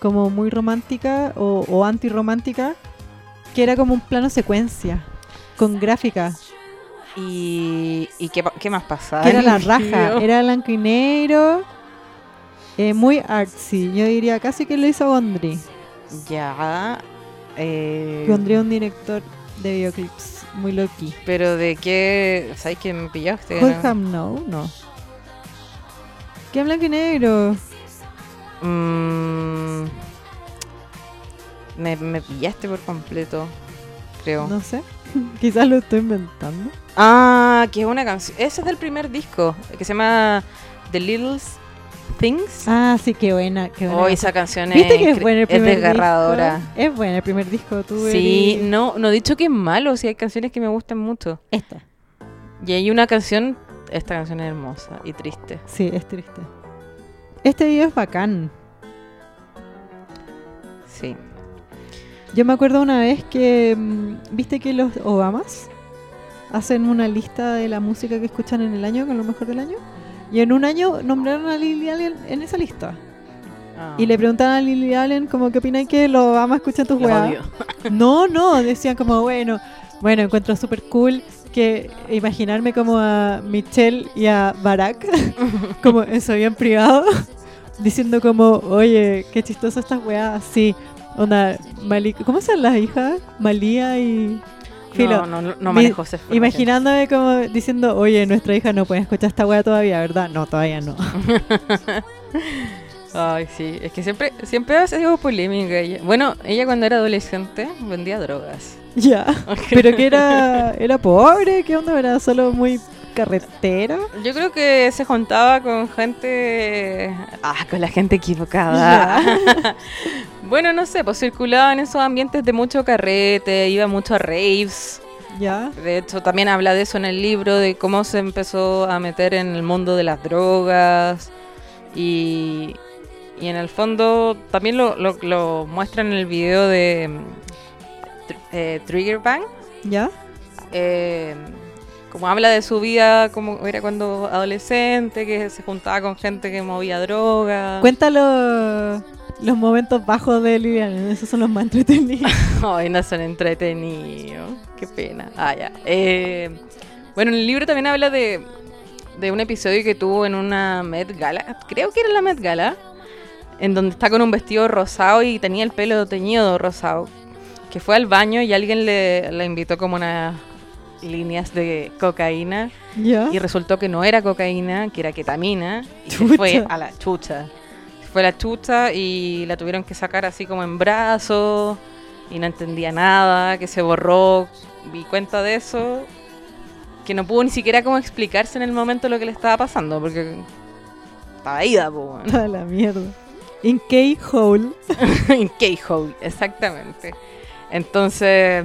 como muy romántica o, o antirromántica? Que era como un plano secuencia con gráfica, ¿Y, y qué, pa- qué más pasaba? que era la Dios raja, mío. era blanco y negro, eh, muy artsy. Yo diría casi que lo hizo Gondry. Ya. eh, Gondry es un director de videoclips muy loqui. Pero de qué. ¿Sabes que me pillaste? no? Holham No, no. ¿Qué en blanco y negro? Mm, me, me pillaste por completo, creo. No sé. Quizás lo estoy inventando. Ah, que es una canción. Ese es del primer disco, que se llama The Little Things. Ah, sí, qué buena. Qué buena Oh, canción. esa canción ¿Viste que incre- es buena el primer desgarradora. disco? Es buena el primer disco. Tú Sí, eres- no, no he dicho que es malo, sí hay canciones que me gustan mucho. Esta. Y hay una canción, esta canción es hermosa y triste. Sí, es triste. Este video es bacán. Sí. Yo me acuerdo una vez que. mm, ¿Viste que los Obamas hacen una lista de la música que escuchan en el año, con lo mejor del año? Y en un año nombraron a Lily Allen en esa lista. Ah, Y le preguntaron a Lily Allen, como, ¿qué opináis que los Obamas escuchan tus lo weas? odio. No, no, decían como, bueno, bueno, encuentro súper cool que imaginarme como a Michelle y a Barack, como eso bien privado, diciendo como, oye, qué chistoso estas weas, sí, onda, Mali ¿cómo son las hijas? Malía y No, Filo. no, no, no Mi- manejo esa información. Imaginándome como diciendo, oye, nuestra hija no puede escuchar esta wea todavía, ¿verdad? No, todavía no. Ay, sí, es que siempre, siempre ha sido polémica ella. Bueno, ella cuando era adolescente vendía drogas. Ya, pero que era, era pobre, ¿qué onda? Era solo muy carretera. Yo creo que se juntaba con gente... Ah, con la gente equivocada. bueno, no sé, pues circulaba en esos ambientes de mucho carrete, iba mucho a raves. Ya. De hecho, también habla de eso en el libro, de cómo se empezó a meter en el mundo de las drogas. Y, y en el fondo también lo, lo, lo muestra en el video de mm, Tr- eh, Trigger Bang. ¿Ya? eh, como habla de su vida, como era cuando adolescente, que se juntaba con gente que movía droga. Cuenta lo- los momentos bajos de Lilian, esos son los más entretenidos. Ay, no son entretenidos. Qué pena. Ah, ya. Eh, bueno, el libro también habla de, de un episodio que tuvo en una Met Gala. Creo que era la Met Gala. En donde está con un vestido rosado y tenía el pelo teñido rosado. Que fue al baño y alguien le, le invitó como unas líneas de cocaína. ¿Ya? Y resultó que no era cocaína, que era ketamina. Y se Chucha. fue a la chucha. Se fue a la chucha y la tuvieron que sacar así como en brazos. Y no entendía nada, que se borró. Vi cuenta de eso. Que no pudo ni siquiera como explicarse en el momento lo que le estaba pasando, porque estaba ida, po, weón. A la mierda. In K-Hole. En K-Hole, exactamente. Entonces,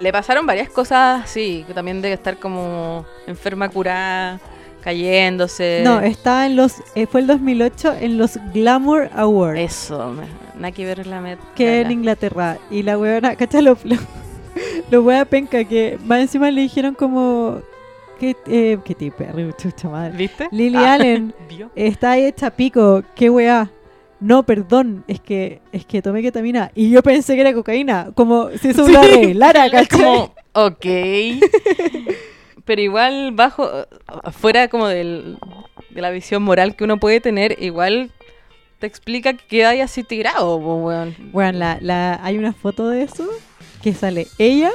le pasaron varias cosas así, que también debe estar como enferma curada, cayéndose. No, estaba en los. eh, fue el 2008 en los Glamour Awards, Eso, me- nada que ver la met. que en Gala. Inglaterra. Y la huevona, cacha lo, lo, lo hueá penca, que más encima le dijeron como. ¿Qué, eh, qué tipo, chucha madre? ¿Viste? Lily Ah, Allen vio. está ahí hecha pico, qué weá. no, perdón, es que, es que tomé ketamina. Y yo pensé que era cocaína, como si eso me lo arreglara, Es ¿cachai? como, ok. Pero igual, bajo, fuera como del- de la visión moral que uno puede tener, igual te explica que quedáis así tirado, po, weón. Bueno, la, la- hay una foto de eso que sale ella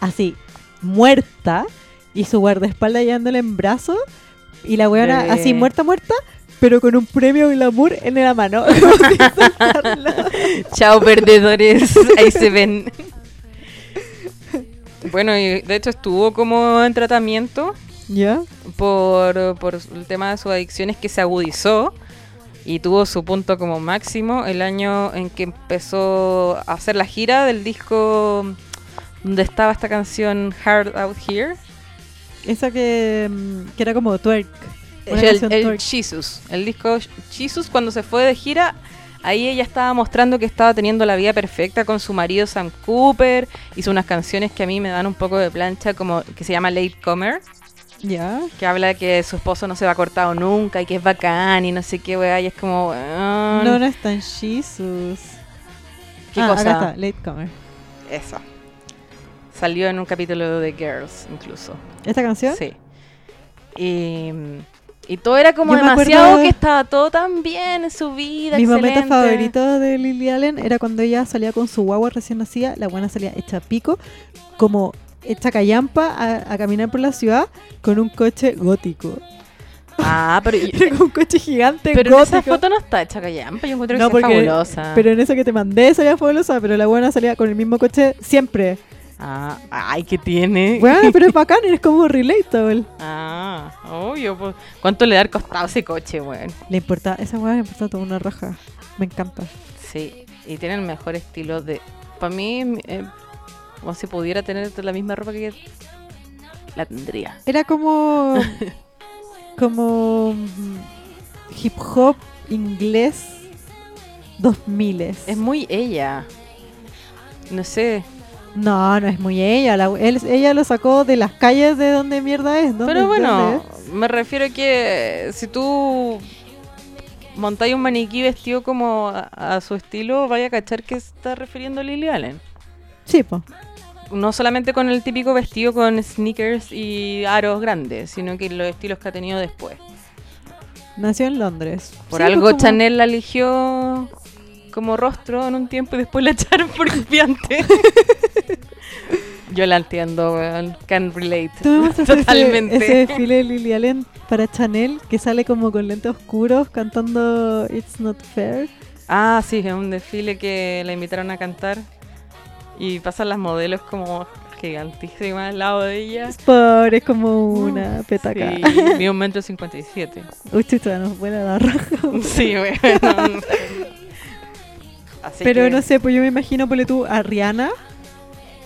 así, muerta, y su guardaespaldas llevándole en brazos, y la weona Bebé. así, muerta, muerta, pero con un premio glamour en la mano. Como sin soltarlo. Chao, perdedores. Ahí se ven. Bueno, y de hecho estuvo como en tratamiento ¿Ya? por, por el tema de sus adicciones que se agudizó y tuvo su punto como máximo el año en que empezó a hacer la gira del disco donde estaba esta canción Hard Out Here. Esa que, mm, que era como twerk. Una canción El, el twerk. Jesus, el disco Jesus cuando se fue de gira, ahí ella estaba mostrando que estaba teniendo la vida perfecta con su marido Sam Cooper, hizo unas canciones que a mí me dan un poco de plancha como que se llama Late Comer, ¿Ya? que habla de que su esposo no se va cortado nunca y que es bacán y no sé qué weá, y es como weón, No, no es tan Jesus. qué Ah, cosa. Acá está, Latecomer. Eso. Salió en un capítulo de Girls incluso. ¿Esta canción? Sí. Y, y todo era como Yo me acuerdo- demasiado que estaba todo tan bien en su vida. Mis momentos excelente. favoritos de Lily Allen era cuando ella salía con su guagua recién nacida, la buena salía hecha pico, como hecha callampa a, a caminar por la ciudad con un coche gótico. Ah, pero, y- Era como un coche gigante pero en gótico. esa foto no está Chacayampa. Yo encuentro que No, es porque- fabulosa. Pero en esa que te mandé salía fabulosa, pero la buena salía con el mismo coche siempre. Ah, ay, que tiene. Bueno, pero es bacán, eres como relatable. Ah, obvio. pues. ¿Cuánto le da el costado a ese coche, weón? Le importa, esa weá le importa toda una raja. Me encanta. Sí, y tiene el mejor estilo de... Para mí, eh, como si pudiera tener la misma ropa que la tendría. Era como. como. mm, hip hop inglés 2000 Es muy ella. No sé. No, no es muy ella. la- él- ella lo sacó de las calles de donde mierda es. ¿dónde- Pero bueno, dónde me refiero a que si tú montáis un maniquí vestido como a, a su estilo, vaya a cachar que está refiriendo Lily Allen. es? Sí, po. No solamente con el típico vestido con sneakers y aros grandes, sino que los estilos que ha tenido después. Nació en Londres. Por Sí, algo pues, como- Chanel la eligió como rostro en un tiempo y después la echaron por piante. Yo la entiendo, weón. Can relate. Tú me mostraste ese- Totalmente. Ese, desfile de Lily Allen para Chanel que sale como con lentes oscuros cantando It's Not Fair. Ah, sí, es un desfile que la invitaron a cantar y pasan las modelos como gigantísimas al lado de ella. Es pobre, es como una petaca. Ah. Mm, Sí, mide un metro cincuenta y siete. Uy, chuta, nos vuela la raja. Sí, bueno. Así Pero que- no sé, pues yo me imagino, ponle tú a Rihanna.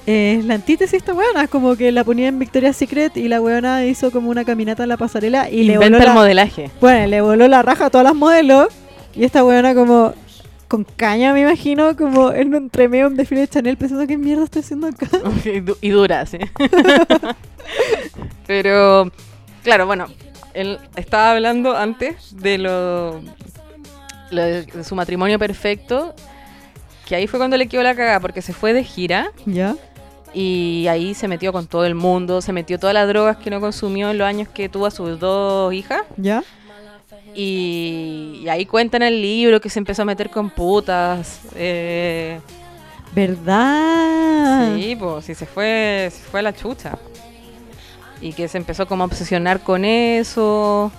eh, Es la antítesis de esta weona, es como que la ponía en Victoria's Secret y la weona hizo como una caminata en la pasarela y le voló, inventa el la, modelaje. bueno, le voló la raja a todas las modelos y esta weona como con caña me imagino, como en un tremeo un desfile de Chanel pensando qué mierda estoy haciendo acá. Y, du- y dura, sí. Pero, claro, bueno, él estaba hablando antes de lo, lo de, de su matrimonio perfecto, que ahí fue cuando le quedó la cagada, porque se fue de gira ¿Ya? y ahí se metió con todo el mundo, se metió todas las drogas que no consumió en los años que tuvo a sus dos hijas. ¿Ya? Y, y ahí cuenta en el libro que se empezó a meter con putas. eh, ¿Verdad? Sí, pues, y se fue, se fue a la chucha. Y que se empezó como a obsesionar con eso.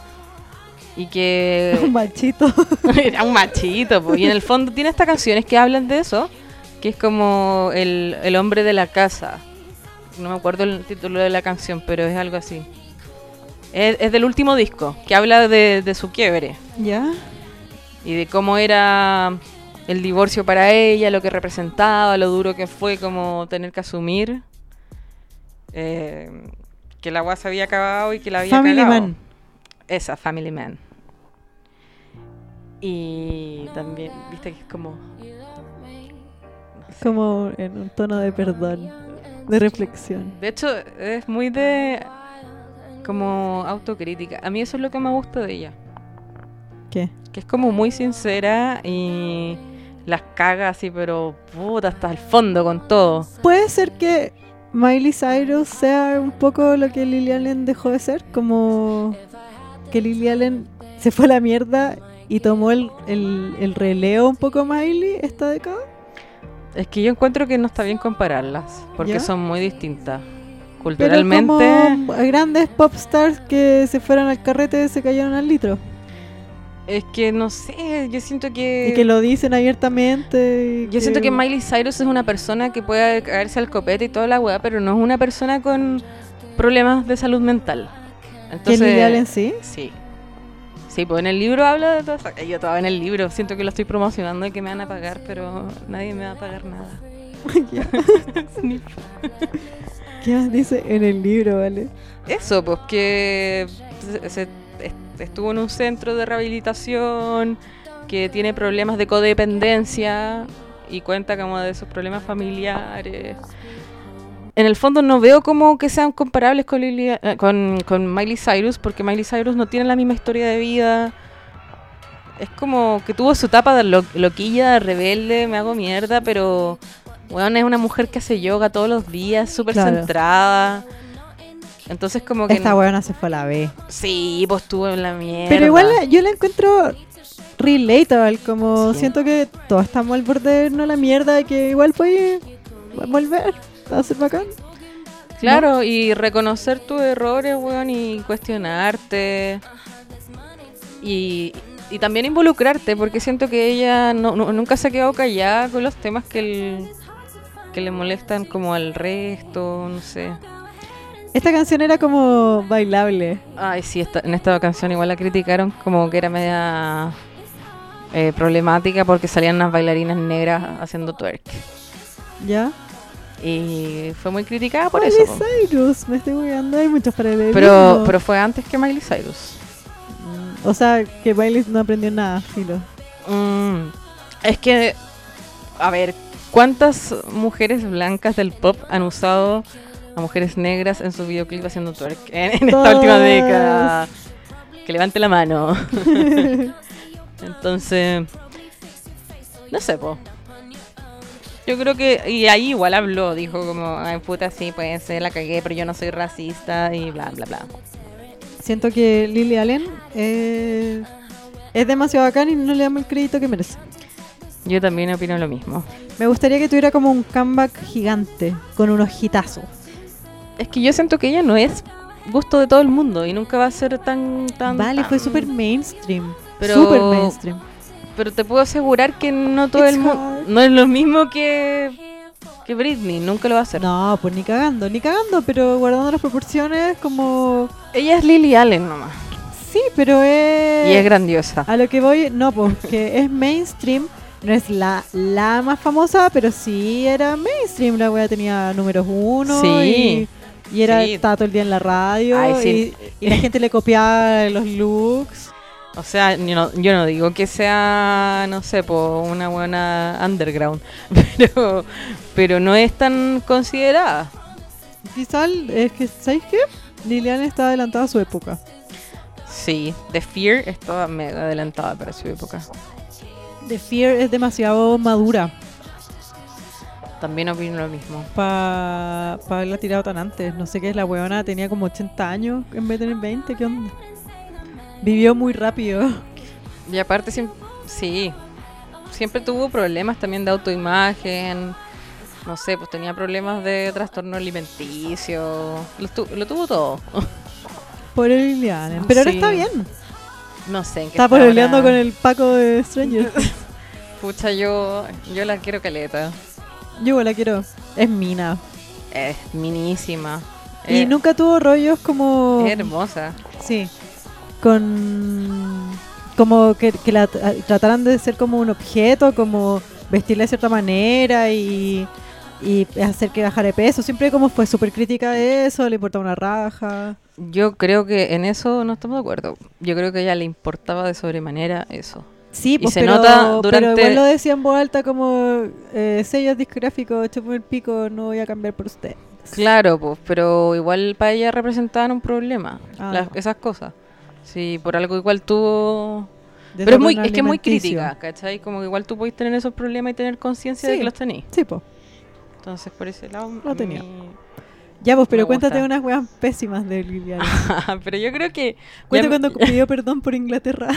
Y Un que machito. era un machito, pues. Y en el fondo tiene estas canciones que hablan de eso, que es como el, el hombre de la casa. No me acuerdo el título de la canción, pero es algo así. Es, es del último disco, que habla de, de su quiebre ¿Ya? y de cómo era el divorcio para ella, lo que representaba, lo duro que fue como tener que asumir eh, que la agua se había acabado y que la había Family cagado. Man. Esa, Family Man. Y también, viste que es como... Como en un tono de perdón, de reflexión. De hecho, es muy de... como autocrítica. A mí eso es lo que me gusta de ella. ¿Qué? que es como muy sincera y las caga así, pero puta, hasta el fondo con todo. Puede ser que Miley Cyrus sea un poco lo que Lily Allen dejó de ser, como que Lily Allen se fue a la mierda y tomó el, el, el relevo un poco Miley esta década. Es que yo encuentro que no está bien compararlas, porque ¿Ya? son muy distintas. Pero Culturalmente, como grandes popstars que se fueron al carrete se cayeron al litro. es que no sé, yo siento que... Y que lo dicen abiertamente. y Eh, Yo siento que Miley Cyrus es una persona que puede caerse al copete y toda la weá, pero no es una persona con problemas de salud mental. Que Entonces, Lily Allen sí. Sí. Sí, pues en el libro habla de todas esas- Yo todavía en el libro. Siento que lo estoy promocionando y que me van a pagar, pero nadie me va a pagar nada. Ya. ¿Qué más dice en el libro, vale? Eso, pues que se- se- est- estuvo en un centro de rehabilitación, que tiene problemas de codependencia y cuenta como de sus problemas familiares. En el fondo no veo como que sean comparables con, Lily- eh, con, con Miley Cyrus, porque Miley Cyrus no tiene la misma historia de vida. Es como que tuvo su etapa de lo- loquilla, rebelde, me hago mierda, pero bueno, es una mujer que hace yoga todos los días, súper Claro. centrada. Entonces como que... Esta no- buena se fue a la B. Sí, pues estuvo en la mierda. Pero igual la- yo la encuentro relatable, como Sí. siento que todos estamos al borde de no la mierda, que igual puede volver a ser bacán. Claro, y reconocer tus errores, weón, y cuestionarte. Y, y también involucrarte, porque siento que ella no- no- nunca se ha quedado callada con los temas que, el- que le molestan como al resto, no sé. Esta canción era como bailable. Ay, sí, esta- en esta canción igual la criticaron como que era media eh, problemática porque salían unas bailarinas negras haciendo twerk. ¿Ya? Y fue muy criticada por Miley eso. po. Cyrus, me estoy cuidando, hay muchos paralelismos. Pero, pero fue antes que Miley Cyrus. Mm, O sea, que Miley no aprendió nada, filo. Mm, es que, a ver, ¿cuántas mujeres blancas del pop han usado a mujeres negras en su videoclip haciendo twerk en, en esta Todas. última década? Que levante la mano. Entonces, no sé, po. Yo creo que, y ahí igual habló, dijo como, ay puta, sí, puede ser, la cagué, pero yo no soy racista y bla, bla, bla. Siento que Lily Allen eh, es demasiado bacán y no le damos el crédito que merece. Yo también opino lo mismo. Me gustaría que tuviera como un comeback gigante, con un ojitazo. Es que yo siento que ella no es gusto de todo el mundo y nunca va a ser tan tan Vale, tan- fue súper mainstream. Pero- Súper mainstream. pero te puedo asegurar que no todo It's el mundo hard. no es lo mismo que que Britney nunca lo va a hacer No, pues ni cagando, ni cagando, pero guardando las proporciones, como. ella es Lily Allen nomás Sí, pero es. y es grandiosa A lo que voy, no, porque es mainstream. No es la, la más famosa, pero sí era mainstream. La wea tenía números uno. Sí. Y, y era, Sí. estaba todo el día en la radio. Ay, sí. y, y la gente le copiaba los looks. o sea yo no, yo no digo que sea no sé po, una buena underground pero pero no es tan considerada Quizás, es que, ¿sabes qué? Liliana está adelantada a su época. sí The Fear estaba mega adelantada para su época The Fear es demasiado madura también opino lo mismo para pa haberla tirado tan antes. No sé qué es, la weona tenía como 80 años en vez de tener 20, ¿qué onda? Vivió muy rápido. Y aparte, siem- sí, siempre tuvo problemas también de autoimagen. No sé, pues tenía problemas de trastorno alimenticio. Lo, tu- lo tuvo todo. Por el Liliana. Pero Ah, ahora Sí. está bien. No sé. ¿en qué Está ahora? pololeando con el Paco de Stranger. Pucha, yo, yo la quiero caleta. Yo igual la quiero. Es mina. Es minísima. Y es- nunca tuvo rollos como. Eh. es hermosa. Sí. Con. Como que, que la tra- trataran de ser como un objeto, como vestirla de cierta manera y, y hacer que bajara de peso. Siempre como fue súper crítica de eso, le importaba una raja. Yo creo que en eso no estamos de acuerdo. Yo creo que a ella le importaba de sobremanera eso. Sí, Y pues, se pero, nota pero durante- igual lo decía en voz alta como eh, sellos discográficos, chupen el pico, no voy a cambiar por usted. Claro, pues, pero igual para ella representaban un problema, Ah, las- no. esas cosas. Sí, por algo igual tuvo Pero es, muy, es que es muy crítica, ¿cachai? Como que igual tú podés tener esos problemas y tener conciencia de Sí. que los tenés. Sí, pues. po. Entonces, por ese lado. Lo tenía. mi- Ya vos, pero Me cuéntate gusta. unas weas pésimas de Liliana. Pero yo creo que. Cuenta ya- cuando pidió perdón por Inglaterra.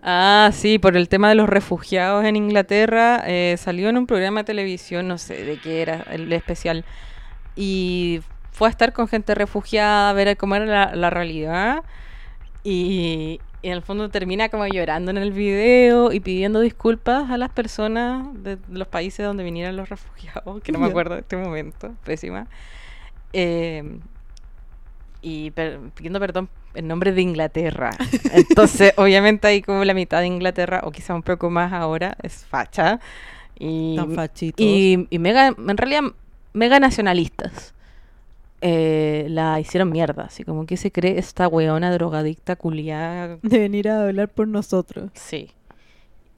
Ah, sí, por el tema de los refugiados en Inglaterra, eh, salió en un programa de televisión, no sé de qué era el especial, y fue a estar con gente refugiada, a ver cómo era la, la realidad, y, y en el fondo termina como llorando en el video y pidiendo disculpas a las personas de, de los países donde vinieron los refugiados, que no me Ya. acuerdo de este momento, pésima. Eh, y per- pidiendo perdón en nombre de Inglaterra. Entonces, obviamente ahí como la mitad de Inglaterra, o quizá un poco más ahora, es facha. Y, fachitos. y, y mega, en realidad, mega nacionalistas. Eh, la hicieron mierda, así como que se cree esta weona drogadicta culiada. De venir a hablar por nosotros. Sí.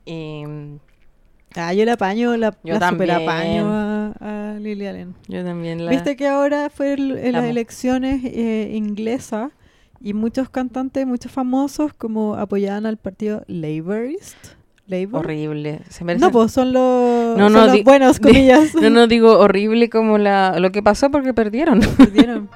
Y mm, Ah, yo la apaño, la, Yo la también. superapaño a, a Lily Allen. yo también la... Viste que ahora fue el- en las Amo. elecciones eh, inglesas y muchos cantantes, muchos famosos, como apoyaban al partido Labourist. Labour. Horrible. Se No, merecen- pues son los, No, son no, los di- buenos, di- comillas. no, no digo horrible como la, lo que pasó porque perdieron. perdieron.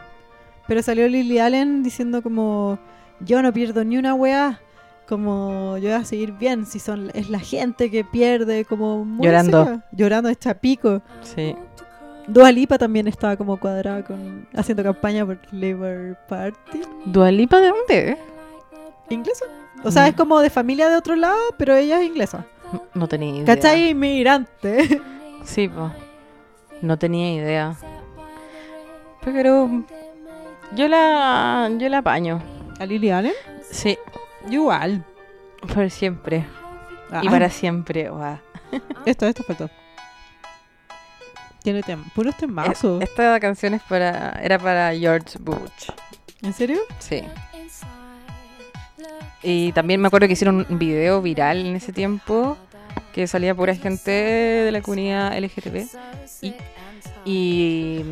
Pero salió Lily Allen diciendo como yo no pierdo ni una weá, como yo voy a seguir bien, si son es la gente que pierde, como muy Llorando. seca, llorando está pico. Sí. Dua Lipa también estaba como cuadrada con haciendo campaña por Labour Party. ¿Dualipa de dónde? eh? ¿Inglesa? O Mm. sea, es como de familia de otro lado, pero ella es inglesa. No- No tenía idea. ¿Cachai? Inmigrante. Sí, po. No tenía idea. Pero yo la yo la apaño. ¿A Lily Allen? Sí, Igual. por siempre y Ah, para siempre. guau. Esto, esto faltó. Tiene tem puros Es- temazos. esta canción es para era para George Bush. ¿En serio? Sí. Y también me acuerdo que hicieron un video viral en ese tiempo que salía pura gente de la comunidad LGTB y, y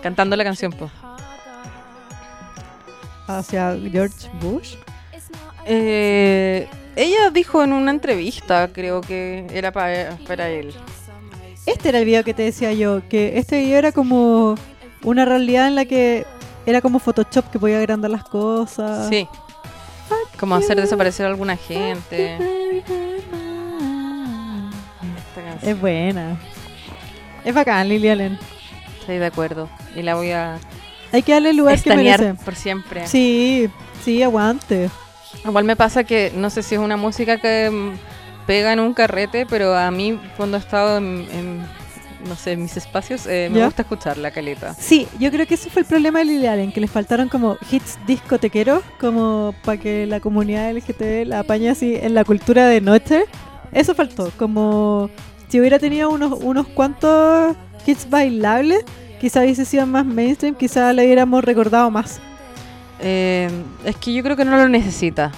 cantando la canción, po. hacia George Bush. Eh, ella dijo en una entrevista, creo que era pa- para él. Este era el video que te decía yo, que este video era como una realidad en la que era como Photoshop que podía agrandar las cosas. Sí. Como hacer desaparecer a alguna gente. Esta canción, Es buena. Es bacán, Lily Allen. Eh. estoy de acuerdo. Y la voy a Hay que darle el lugar que merece. estanear por siempre. Sí, sí, aguante. Igual me pasa que no sé si es una música que mm, pega en un carrete, pero a mí cuando he estado en, en, no sé, en mis espacios, eh, me ¿Ya? gusta escuchar la caleta. Sí, yo creo que ese fue el problema de Lily Allen, que les faltaron como hits discotequeros, como para que la comunidad LGTB la apañe así en la cultura de noche. Eso faltó, como si hubiera tenido unos, unos cuantos hits bailables, quizá hubiese sido más mainstream, quizá la hubiéramos recordado más. Eh, es que yo creo que no lo necesita.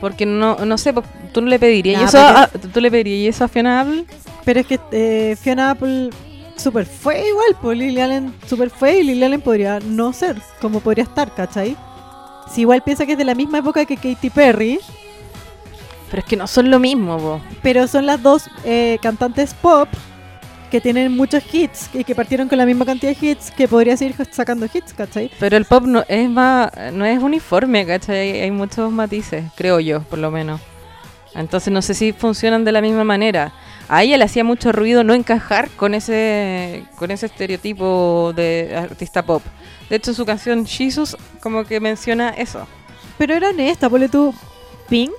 Porque no, no sé, pues, tú no le pedirías Nah, y eso a, tú le pedirías y eso a Fiona Apple. Pero es que eh, Fiona Apple super fue igual, pues Lily Allen super fue y Lily Allen podría no ser, como podría estar, ¿cachai? Si igual piensa que es de la misma época que Katy Perry, Pero es que no son lo mismo, po. pero son las dos eh, cantantes pop que tienen muchos hits y que partieron con la misma cantidad de hits que podría seguir sacando hits, ¿cachai? Pero el pop no es más, no es uniforme, ¿cachai? Hay muchos matices, creo yo, por lo menos. Entonces no sé si funcionan de la misma manera. A ella le hacía mucho ruido no encajar con ese, con ese estereotipo de artista pop. De hecho, su canción Jesus como que menciona eso. Pero era honesta, ponle tú Pink.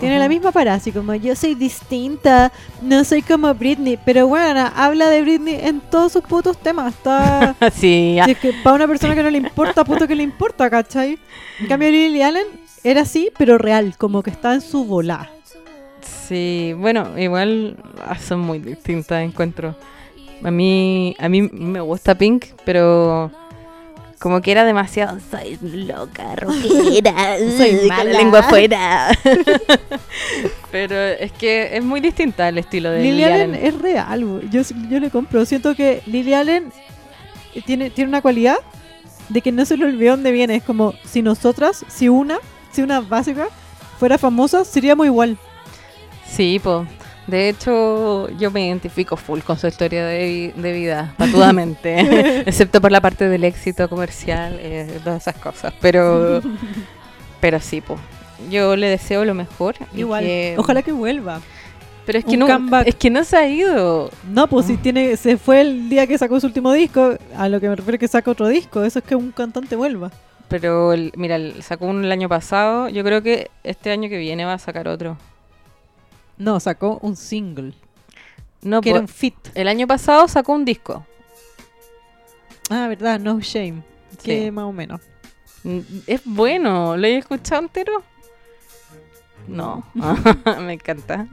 Tiene la Ujú. misma parada, así como yo soy distinta, no soy como Britney. Pero bueno, habla de Britney en todos sus putos temas. Está, sí, si es que para una persona que no le importa, puto que le importa, ¿cachai? En cambio, Lily Allen era así, pero real, como que está en su volá. Sí, bueno, igual ah, son muy distintas encuentro. A mí, a mí me gusta Pink, pero como que era demasiado. Soy loca, rockera, Soy con la mala. lengua afuera. pero es que es muy distinta el estilo de Lily Lily Allen Allen. es real, bo. yo, yo le compro. Siento que Lily Allen tiene, tiene una cualidad de que no se le olvidó dónde viene. Es como si nosotras, si una, si una básica, fuera famosa, seríamos igual. Sí, po. De hecho, yo me identifico full con su historia de, vi- de vida, patudamente. Excepto por la parte del éxito comercial, eh, todas esas cosas. Pero, pero sí, po. Yo le deseo lo mejor. y Igual. que- Ojalá que vuelva. Pero es que, un no, comeback. es que no se ha ido. No, pues si tiene, se fue el día que sacó su último disco, a lo que me refiero que saca otro disco, eso es que un cantante vuelva. Pero, el- mira, el- sacó uno el año pasado. Yo creo que este año que viene va a sacar otro. No, sacó un single, No, que po- era un fit. el año pasado sacó un disco. Ah, verdad, No Shame, que Sí. más o menos. Mm, Es bueno, ¿lo he escuchado entero? No, me encanta.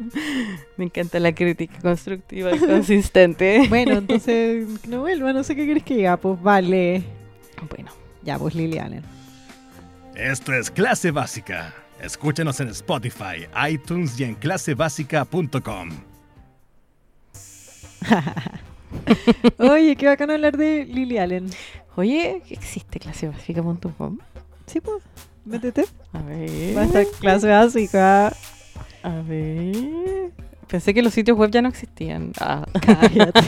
Me encanta la crítica constructiva y consistente. Bueno, entonces, que no vuelva, no sé qué querés que diga, pues vale. Bueno, Ya, pues Lily Allen. Esto es Clase Básica. Escúchenos en Spotify, iTunes y en clasebásica.com. Oye, qué bacano hablar de Lily Allen. oye, ¿existe clasebásica.com? Sí, pues, métete. A ver, Va a estar clase básica. a ver. Pensé que los sitios web ya no existían. Ah, Cállate.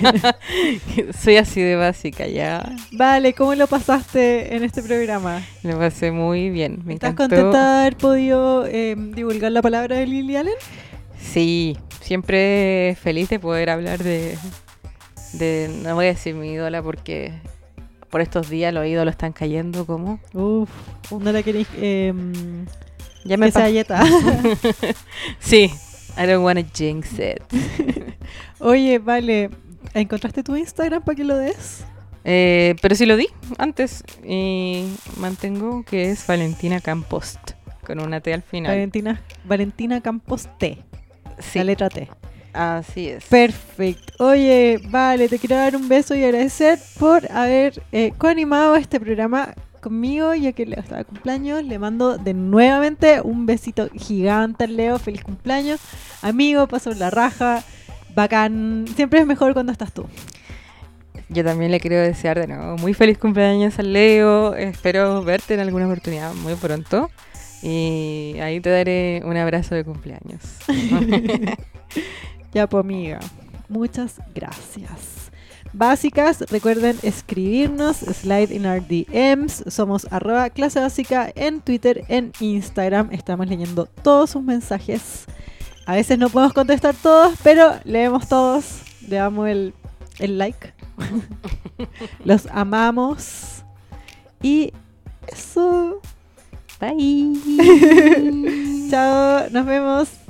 soy así de básica ya. Vale, ¿cómo lo pasaste en este programa? Lo pasé muy bien. Me ¿Estás encantó. contenta de haber podido eh, divulgar la palabra de Lily Allen? Sí, siempre feliz de poder hablar de, de- no voy a decir mi ídola porque por estos días los ídolos están cayendo como Uf, no la queréis eh, mm, ya me que sea pa- yeta. sí, I don't wanna jinx it. Oye, vale, ¿encontraste tu Instagram para que lo des? Eh, pero sí lo di antes y mantengo que es Valentina Campost con una T al final. Valentina, Valentina Campos T, la Sí, letra T. así es. Perfecto. Oye, vale, te quiero dar un beso y agradecer por haber eh, coanimado este programa conmigo, ya que Leo estaba de cumpleaños. Le mando de nuevamente un besito gigante al Leo. Feliz cumpleaños. Amigo, paso la raja. Bacán. Siempre es mejor cuando estás tú. Yo también le quiero desear de nuevo muy feliz cumpleaños al Leo. Espero verte en alguna oportunidad muy pronto. Y ahí te daré un abrazo de cumpleaños. Ya, pues, amiga. Muchas gracias. Básicas, recuerden escribirnos, slide in our DMs. Somos arroba clase básica en Twitter, en Instagram. Estamos leyendo todos sus mensajes. A veces no podemos contestar todos, pero leemos todos. Le damos el, el like. Los amamos. Y eso. Bye. Chao, nos vemos.